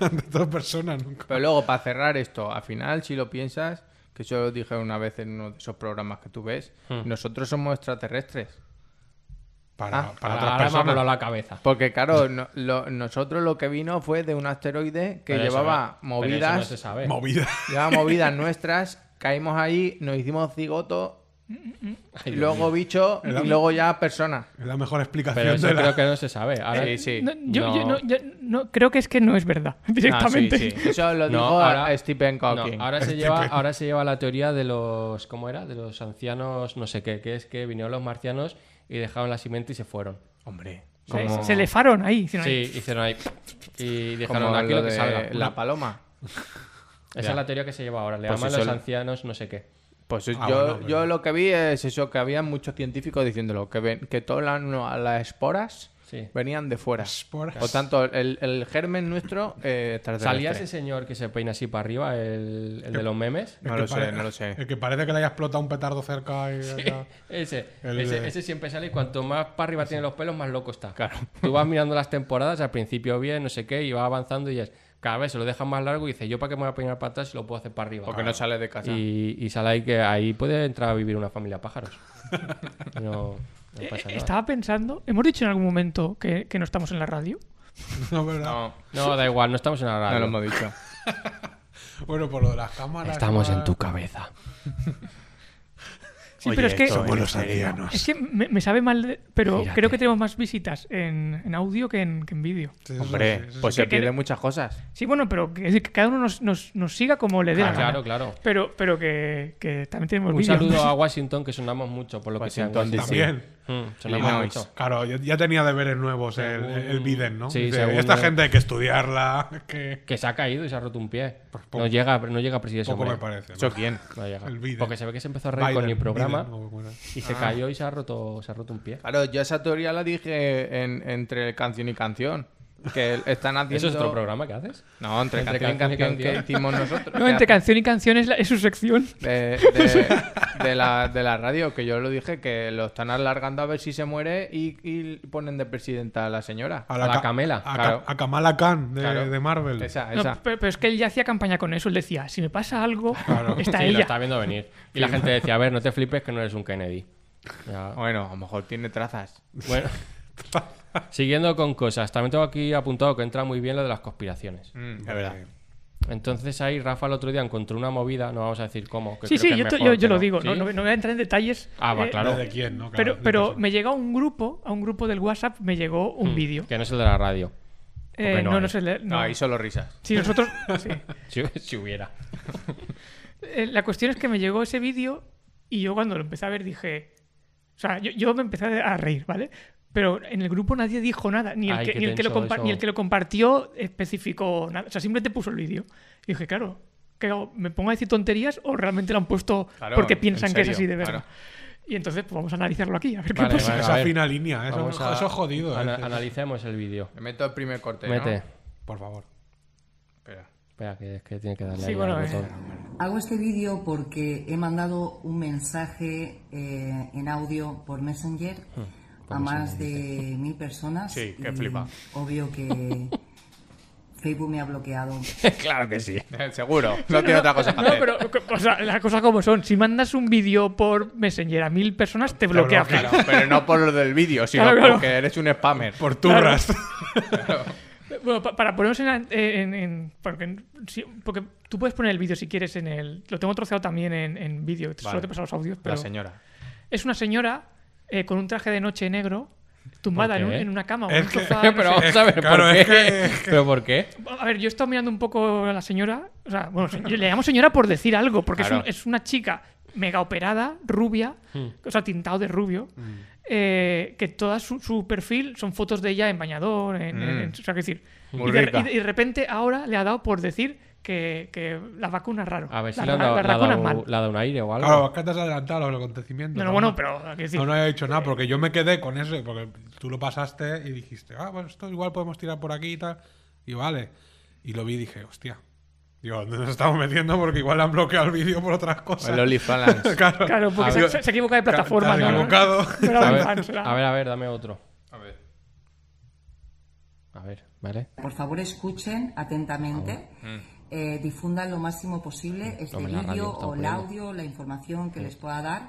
Speaker 3: Hombre.
Speaker 2: de todas personas nunca.
Speaker 4: Pero luego, para cerrar esto, al final, si lo piensas, que yo lo dije una vez en uno de esos programas que tú ves,
Speaker 3: Hmm.
Speaker 4: nosotros somos extraterrestres.
Speaker 2: Para,
Speaker 4: Ah,
Speaker 3: ahora
Speaker 2: para otras
Speaker 3: me ha
Speaker 2: personas.
Speaker 3: volado la cabeza.
Speaker 4: Porque, claro, no- lo- nosotros lo que vino fue de un asteroide que
Speaker 3: Pero eso
Speaker 4: llevaba
Speaker 3: no- pero eso no se
Speaker 4: movidas,
Speaker 3: sabe.
Speaker 2: Movida.
Speaker 4: llevaba movidas nuestras, caímos ahí, nos hicimos cigoto, y luego bicho, y luego ya personas.
Speaker 2: Es la mejor explicación
Speaker 3: Pero eso
Speaker 2: de la...
Speaker 3: creo que no se sabe. Ahora-
Speaker 4: Sí, sí.
Speaker 5: No, yo,
Speaker 3: No.
Speaker 5: yo no- yo no- creo que es que no es verdad,
Speaker 4: Ah, sí,
Speaker 5: directamente.
Speaker 4: sí. Eso lo
Speaker 3: No,
Speaker 4: dijo
Speaker 3: ahora-
Speaker 4: a Stephen
Speaker 3: No,
Speaker 4: Hawking.
Speaker 3: ahora se lleva, ahora se lleva la teoría de los, ¿cómo era? De los ancianos, no sé qué, que es que vinieron los marcianos y dejaron la simiente y se fueron.
Speaker 4: Hombre,
Speaker 5: O sea, Se le faron ahí. hicieron ahí.
Speaker 3: Sí, hicieron ahí y dejaron
Speaker 4: como
Speaker 3: aquí
Speaker 4: lo
Speaker 3: lo que
Speaker 4: de
Speaker 3: salga.
Speaker 4: la paloma.
Speaker 3: Esa es la teoría que se lleva ahora. Le
Speaker 4: Pues
Speaker 3: llaman
Speaker 4: eso
Speaker 3: los
Speaker 4: le-
Speaker 3: ancianos, no sé qué.
Speaker 4: Pues yo,
Speaker 2: bueno, pero-
Speaker 4: yo lo que vi es eso, que había muchos científicos diciéndolo, que, ven, que todas las, no- las esporas
Speaker 3: Sí.
Speaker 4: venían de fuera.
Speaker 2: Esporas.
Speaker 4: Por tanto, el, el germen nuestro eh, extraterrestre.
Speaker 3: ¿Salía ese señor que se peina así para arriba, el, el de los memes?
Speaker 4: No
Speaker 2: que
Speaker 4: lo sé,
Speaker 2: pare-
Speaker 4: no lo sé.
Speaker 2: El que parece que le haya explotado un petardo cerca y... ya-
Speaker 3: Ese,
Speaker 2: El
Speaker 3: ese,
Speaker 2: de-
Speaker 3: ese siempre sale y cuanto más para arriba tiene los pelos, más loco está. Tú vas mirando las temporadas, al principio bien, no sé qué, y va avanzando y es, cada vez se lo dejan más largo y dice, ¿yo para qué me voy a peinar para atrás si lo puedo hacer para arriba?
Speaker 4: O que no sale de casa.
Speaker 3: y, y sale ahí que ahí puede entrar a vivir una familia de pájaros. No, no pasa nada.
Speaker 5: eh, Estaba pensando, hemos dicho en algún momento que, que no estamos en la radio.
Speaker 2: No, ¿verdad?
Speaker 4: No,
Speaker 3: No, da igual, no estamos en la
Speaker 4: no
Speaker 3: radio.
Speaker 4: lo hemos dicho.
Speaker 2: Bueno, por lo de las cámaras...
Speaker 3: Estamos
Speaker 2: tal.
Speaker 3: en tu cabeza.
Speaker 5: Sí, pero es que,
Speaker 2: Somos los alienos.
Speaker 5: es que me, me sabe mal, de- pero
Speaker 3: Gírate.
Speaker 5: creo que tenemos más visitas en, en audio que en, que en vídeo.
Speaker 2: Sí, eso sí,
Speaker 4: Hombre,
Speaker 2: eso sí.
Speaker 4: pues
Speaker 5: sí.
Speaker 4: se pierden
Speaker 5: Que-
Speaker 4: muchas cosas.
Speaker 5: Sí, bueno, pero que, es decir, que cada uno nos, nos- nos siga como le dé
Speaker 3: Ah,
Speaker 5: la gana.
Speaker 3: claro, claro.
Speaker 5: Pero, pero que, que también tenemos
Speaker 3: Un
Speaker 5: vídeo.
Speaker 3: saludo a Washington, que sonamos mucho, por lo que sea. en
Speaker 4: Washington,
Speaker 3: Washington.
Speaker 2: También.
Speaker 3: Mm, sonamos
Speaker 4: Illinois.
Speaker 3: mucho.
Speaker 2: Claro, ya, ya tenía deberes nuevos el, el, el Biden, ¿no?
Speaker 3: Sí,
Speaker 2: Dice,
Speaker 3: según-
Speaker 2: Esta gente hay que estudiarla, que
Speaker 3: Que se ha caído y se ha roto un pie.
Speaker 2: poco-
Speaker 3: No llega, no llega a presidir ese
Speaker 2: poco me
Speaker 3: hombre.
Speaker 2: parece. ¿no?
Speaker 4: ¿Eso quién?
Speaker 3: No llega.
Speaker 2: El Biden.
Speaker 3: Porque se ve que se empezó a reír
Speaker 2: Biden,
Speaker 3: con mi programa
Speaker 2: Biden, Ah. o como era.
Speaker 3: y se cayó y se ha roto, se ha roto un pie.
Speaker 4: Claro, yo esa teoría la dije en- entre canción y canción. Que están haciendo...
Speaker 3: ¿Eso es otro programa que haces?
Speaker 4: No, entre,
Speaker 3: Entre
Speaker 4: canción,
Speaker 3: canción y
Speaker 4: y canción que
Speaker 3: canción.
Speaker 4: hicimos nosotros.
Speaker 5: No,
Speaker 4: que
Speaker 5: entre
Speaker 4: hace-
Speaker 5: canción y canción es, la- es su sección.
Speaker 4: de, de- de la, de la radio, que yo lo dije, que lo están alargando a ver si se muere y, y ponen de presidenta a la señora.
Speaker 3: A la
Speaker 2: Ka-
Speaker 3: Camela,
Speaker 2: A, Ka-
Speaker 4: claro.
Speaker 2: a Kamala Khan de,
Speaker 4: Claro.
Speaker 2: de Marvel.
Speaker 4: Esa,
Speaker 5: No,
Speaker 4: esa.
Speaker 5: pero, pero es que él ya hacía campaña con eso. Él decía, si me pasa algo, está
Speaker 3: sí, lo
Speaker 5: ella.
Speaker 3: está viendo venir. Y la gente decía, a ver, no te flipes que no eres un Kennedy. Ya.
Speaker 4: Bueno, a lo mejor tiene trazas.
Speaker 3: Bueno. Siguiendo con cosas, también tengo aquí apuntado que entra muy bien lo de las conspiraciones.
Speaker 2: Mm.
Speaker 4: es verdad.
Speaker 3: Entonces ahí Rafa el otro día encontró una movida, no vamos a decir cómo. que creo
Speaker 5: Sí, sí,
Speaker 3: que es
Speaker 5: yo, te-
Speaker 3: mejor
Speaker 5: yo- yo
Speaker 3: que
Speaker 5: lo
Speaker 3: no.
Speaker 5: digo.
Speaker 3: ¿Sí?
Speaker 5: No, no- no voy a entrar en detalles.
Speaker 3: Ah, va,
Speaker 5: eh,
Speaker 3: claro.
Speaker 2: ¿De quién, no? Claro,
Speaker 5: Pero,
Speaker 2: de
Speaker 5: pero
Speaker 2: persona.
Speaker 5: me llegó a un grupo, a un grupo del WhatsApp, me llegó
Speaker 2: Mm.
Speaker 5: un vídeo.
Speaker 3: Que no es el de la radio. porque
Speaker 5: Eh,
Speaker 3: Hmm, no
Speaker 5: no,
Speaker 3: hay.
Speaker 5: no sé leer,
Speaker 4: No,
Speaker 5: no.
Speaker 4: Ah, ahí solo risas.
Speaker 5: Sí, nosotros. sí.
Speaker 3: Si, si hubiera.
Speaker 5: Eh, la cuestión es que me llegó ese vídeo y yo cuando lo empecé a ver dije. O sea, yo, yo me empecé a reír, ¿vale? Pero en el grupo nadie dijo nada, ni el,
Speaker 3: Ay,
Speaker 5: que,
Speaker 3: qué
Speaker 5: ni el que lo
Speaker 3: tenso
Speaker 5: compa-
Speaker 3: eso.
Speaker 5: ni el que lo compartió especificó nada. O sea, simplemente puso el vídeo. Y dije, claro, ¿qué hago? ¿Me pongo a decir tonterías o realmente lo han puesto
Speaker 4: Claro,
Speaker 5: porque
Speaker 4: en
Speaker 5: piensan que es
Speaker 4: serio,
Speaker 5: así de verdad?
Speaker 4: claro.
Speaker 5: Y entonces, pues vamos a analizarlo aquí, a ver qué
Speaker 3: Vale,
Speaker 5: pasa.
Speaker 3: vale, a
Speaker 2: Esa
Speaker 3: ver.
Speaker 2: fina línea, eso,
Speaker 3: Vamos a-
Speaker 2: eso es jodido.
Speaker 3: ana-
Speaker 2: eh.
Speaker 3: analicemos el vídeo.
Speaker 4: Me meto el primer corte. ¿no?
Speaker 3: Mete.
Speaker 2: Por favor.
Speaker 4: Espera.
Speaker 3: Espera, que es que tiene que darle
Speaker 5: Sí,
Speaker 3: ahí
Speaker 5: bueno,
Speaker 3: al
Speaker 5: eh.
Speaker 3: botón.
Speaker 6: Hago este vídeo porque he mandado un mensaje eh, en audio por Messenger
Speaker 4: Hmm,
Speaker 6: a más de mil personas.
Speaker 4: Sí, que
Speaker 6: y
Speaker 4: flipa.
Speaker 6: Obvio que Facebook me ha bloqueado.
Speaker 3: claro que sí.
Speaker 4: Seguro. No tiene otra cosa que
Speaker 5: No,
Speaker 4: hacer.
Speaker 5: pero o sea, las cosas como son. Si mandas un vídeo por Messenger a mil personas, te bloquea.
Speaker 2: bloquea.
Speaker 4: Claro, pero no por lo del vídeo, sino
Speaker 5: Claro, claro.
Speaker 4: porque eres un spammer.
Speaker 2: Por turras.
Speaker 5: Bueno, pa- para ponernos en, la- en- en- porque, en- sí, porque tú puedes poner el vídeo si quieres en el. Lo tengo troceado también en, en vídeo. Solo te he pasado los audios, pero.
Speaker 4: La señora.
Speaker 5: Es una señora eh, con un traje de noche negro, tumbada en,
Speaker 3: ¿Por
Speaker 5: un-
Speaker 3: qué?
Speaker 5: en una cama. o
Speaker 2: Es
Speaker 5: un
Speaker 2: que-
Speaker 5: sofá, no
Speaker 3: Pero
Speaker 5: sé.
Speaker 3: vamos a ver, ¿por
Speaker 2: Claro,
Speaker 3: qué?
Speaker 2: es que- es
Speaker 3: ¿Pero por qué?
Speaker 5: A ver, yo he estado mirando un poco a la señora. O sea, bueno, se- le llamo señora por decir algo, porque es
Speaker 4: Claro.
Speaker 5: un- es, una chica mega operada, rubia,
Speaker 3: Hmm.
Speaker 5: o sea, tintado de rubio, eh, que todo su, su perfil son fotos de ella en bañador,
Speaker 4: Mm.
Speaker 5: en, en-
Speaker 3: Hmm.
Speaker 5: en- o sea, quiero decir.
Speaker 4: Muy
Speaker 5: y, de,
Speaker 4: rica.
Speaker 5: y de- y de repente ahora le ha dado por decir que, que la vacuna es raro.
Speaker 3: A ver si
Speaker 5: la,
Speaker 3: le han
Speaker 5: la-
Speaker 3: dado,
Speaker 5: la
Speaker 3: le ha
Speaker 5: vacuna es
Speaker 3: dado-
Speaker 5: mal.
Speaker 3: le ha dado un aire o algo.
Speaker 2: Claro, es que te has adelantado a los acontecimientos.
Speaker 5: No, no,
Speaker 2: aún
Speaker 5: bueno, pero quiero decir,
Speaker 2: No, no había dicho nada, porque yo me quedé con eso, porque tú lo pasaste y dijiste, ah, bueno, esto igual podemos tirar por aquí y tal. Y vale. Y lo vi y dije, hostia. Digo, ¿dónde nos estamos metiendo? Porque igual le han bloqueado el vídeo por otras cosas.
Speaker 4: El OnlyFans.
Speaker 2: claro.
Speaker 5: Claro, porque
Speaker 3: A
Speaker 5: se,
Speaker 3: ver.
Speaker 5: se- se equivoca de plataforma.
Speaker 2: Te
Speaker 5: ¿no? Pues
Speaker 2: has equivocado.
Speaker 5: Pero
Speaker 3: a,
Speaker 5: bueno,
Speaker 3: ver,
Speaker 5: fans, la-
Speaker 3: a ver, a ver, dame otro.
Speaker 4: A ver.
Speaker 3: A ver, ¿vale?
Speaker 6: Por favor, escuchen atentamente. eh, difundan lo máximo posible este
Speaker 3: Tome la radio,
Speaker 6: vídeo
Speaker 3: estamos
Speaker 6: o el
Speaker 3: poniendo.
Speaker 6: audio, la información que les pueda dar.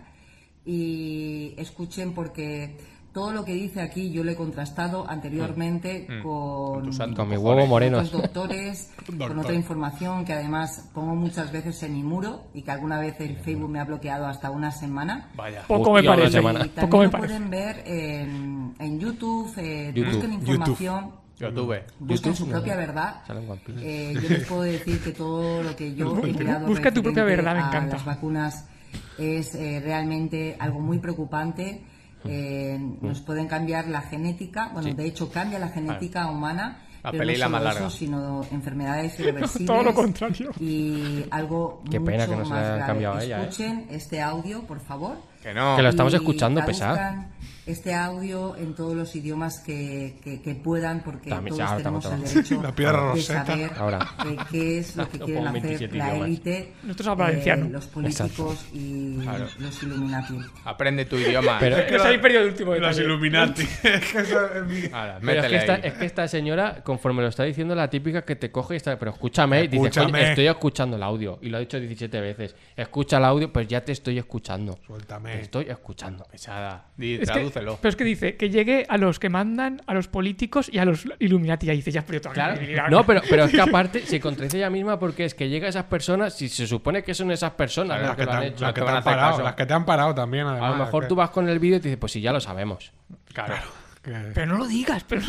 Speaker 6: Y escuchen porque todo lo que dice aquí yo lo he contrastado anteriormente
Speaker 4: Con
Speaker 6: con,
Speaker 4: tu santo
Speaker 3: Con mi
Speaker 4: cojones.
Speaker 3: huevo moreno.
Speaker 6: otros doctores, con
Speaker 2: Doctor.
Speaker 6: otra información que además pongo muchas veces en mi muro y que alguna vez el Facebook me ha bloqueado hasta una semana.
Speaker 4: Vaya.
Speaker 5: Poco me
Speaker 3: Hostia, una
Speaker 5: parece.
Speaker 6: Y
Speaker 3: semana.
Speaker 6: también
Speaker 5: Poco me
Speaker 6: lo
Speaker 5: parece.
Speaker 6: pueden ver en, en YouTube, eh,
Speaker 3: YouTube,
Speaker 6: busquen
Speaker 2: YouTube.
Speaker 6: información,
Speaker 4: Yo tuve.
Speaker 6: busquen
Speaker 3: YouTube,
Speaker 6: su
Speaker 3: ¿no?
Speaker 6: propia verdad.
Speaker 3: Sale en One Piece.
Speaker 6: Eh, yo les puedo decir que todo lo que yo he creado
Speaker 5: Busca tu propia
Speaker 6: referente
Speaker 5: verdad, me
Speaker 6: a
Speaker 5: encanta.
Speaker 6: las vacunas es eh, realmente algo muy preocupante. Eh, nos pueden cambiar la genética, bueno, de hecho cambia la genética humana,
Speaker 4: La
Speaker 6: pero
Speaker 4: peli
Speaker 6: no
Speaker 4: la
Speaker 6: solo
Speaker 4: más
Speaker 6: eso,
Speaker 4: larga.
Speaker 6: sino enfermedades irreversibles.
Speaker 5: Todo lo contrario.
Speaker 6: Y algo
Speaker 3: Qué pena
Speaker 6: mucho
Speaker 3: que no se la
Speaker 6: más
Speaker 3: hayan
Speaker 6: grave.
Speaker 3: cambiado a ella, ¿eh?
Speaker 6: Escuchen este audio, por favor
Speaker 4: Que no.
Speaker 3: Que lo estamos
Speaker 6: y
Speaker 3: escuchando,
Speaker 6: traduzcan
Speaker 3: pesado.
Speaker 6: Este audio en todos los idiomas que, que- que puedan, porque
Speaker 3: También,
Speaker 6: todos
Speaker 3: ya,
Speaker 6: tenemos
Speaker 3: estamos,
Speaker 6: el derecho
Speaker 2: La piedra
Speaker 6: de
Speaker 2: Rosetta.
Speaker 6: saber
Speaker 3: Ahora.
Speaker 6: eh, qué es lo que
Speaker 3: Lo
Speaker 6: quieren
Speaker 3: pongo en
Speaker 6: hacer
Speaker 3: 27
Speaker 6: la
Speaker 3: idiomas.
Speaker 6: élite, eh,
Speaker 5: Nosotros hablamos valenciano.
Speaker 6: los políticos y
Speaker 4: Claro.
Speaker 6: los Illuminati.
Speaker 4: Aprende tu idioma.
Speaker 3: Pero,
Speaker 5: Que se habéis perdido el último
Speaker 2: Los
Speaker 5: detalle.
Speaker 2: Illuminati. Es que eso es mi-
Speaker 4: Ahora,
Speaker 3: Pero es, que
Speaker 4: métele
Speaker 3: esta,
Speaker 4: ahí.
Speaker 3: es que esta señora, conforme lo está diciendo, la típica que te coge y está. Pero escúchame, y dice,
Speaker 2: Escúchame.
Speaker 3: "Coño, estoy escuchando el audio. Y lo ha dicho 17 veces. Escucha el audio, pues ya te estoy escuchando. Te
Speaker 2: Suéltame.
Speaker 3: estoy escuchando.
Speaker 4: Pesada. Di,
Speaker 5: Es que-
Speaker 4: tradúcelo.
Speaker 5: pero es que dice que llegue a los que mandan, a los políticos y a los Illuminati. Ya dice, ya has perdido toda
Speaker 3: Claro.
Speaker 5: credibilidad.
Speaker 3: No, pero, pero es que aparte se contradice ella misma porque es que llega a esas personas, si se supone que son esas personas
Speaker 4: Claro,
Speaker 3: las
Speaker 2: Las
Speaker 3: que
Speaker 2: que,
Speaker 3: lo
Speaker 2: te
Speaker 3: han
Speaker 2: han,
Speaker 3: hecho.
Speaker 2: las
Speaker 4: no
Speaker 2: que te
Speaker 4: te van a
Speaker 2: han
Speaker 4: hacer
Speaker 2: parado,
Speaker 4: caso.
Speaker 2: las que te han parado también,
Speaker 3: A
Speaker 2: además.
Speaker 3: lo mejor
Speaker 2: es
Speaker 3: tú vas con el vídeo y te dices, pues sí, ya lo sabemos.
Speaker 4: Claro.
Speaker 2: que- que-
Speaker 5: Pero no lo digas. Pero,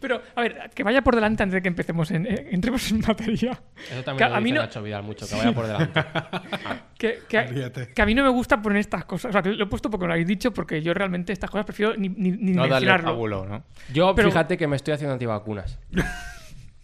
Speaker 5: pero a ver, que vaya por delante antes de que empecemos en, eh, entremos en materia.
Speaker 3: Eso también
Speaker 5: Que
Speaker 3: lo
Speaker 5: a mí
Speaker 3: dice
Speaker 5: no-
Speaker 3: Nacho Vidal mucho, que vaya por delante.
Speaker 5: Que, que,
Speaker 2: Ríete.
Speaker 5: que a mí no me gusta poner estas cosas. O sea, que lo he puesto porque me lo habéis dicho, porque yo realmente estas cosas prefiero ni, ni, ni
Speaker 4: No darle
Speaker 5: mencionarlo.
Speaker 4: pábulo, ¿no?
Speaker 3: Yo,
Speaker 5: Pero-
Speaker 3: fíjate que me estoy haciendo antivacunas.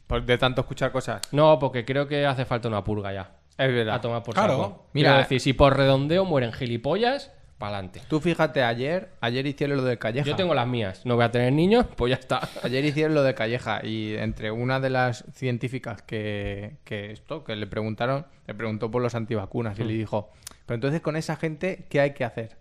Speaker 4: Por- De tanto escuchar cosas.
Speaker 3: No, porque creo que hace falta una purga ya.
Speaker 4: Es verdad.
Speaker 3: A tomar por
Speaker 2: Claro.
Speaker 3: saco.
Speaker 4: Mira,
Speaker 3: Mira, decir, si por redondeo mueren gilipollas, pa'lante.
Speaker 4: Tú fíjate, ayer, ayer hicieron lo de Calleja.
Speaker 3: Yo tengo las mías. No voy a tener niños, pues ya está.
Speaker 4: Ayer hicieron lo de Calleja y entre una de las científicas que, que esto, que le preguntaron, le preguntó por los antivacunas
Speaker 3: Mm.
Speaker 4: y le dijo, pero entonces con esa gente, ¿qué hay que hacer?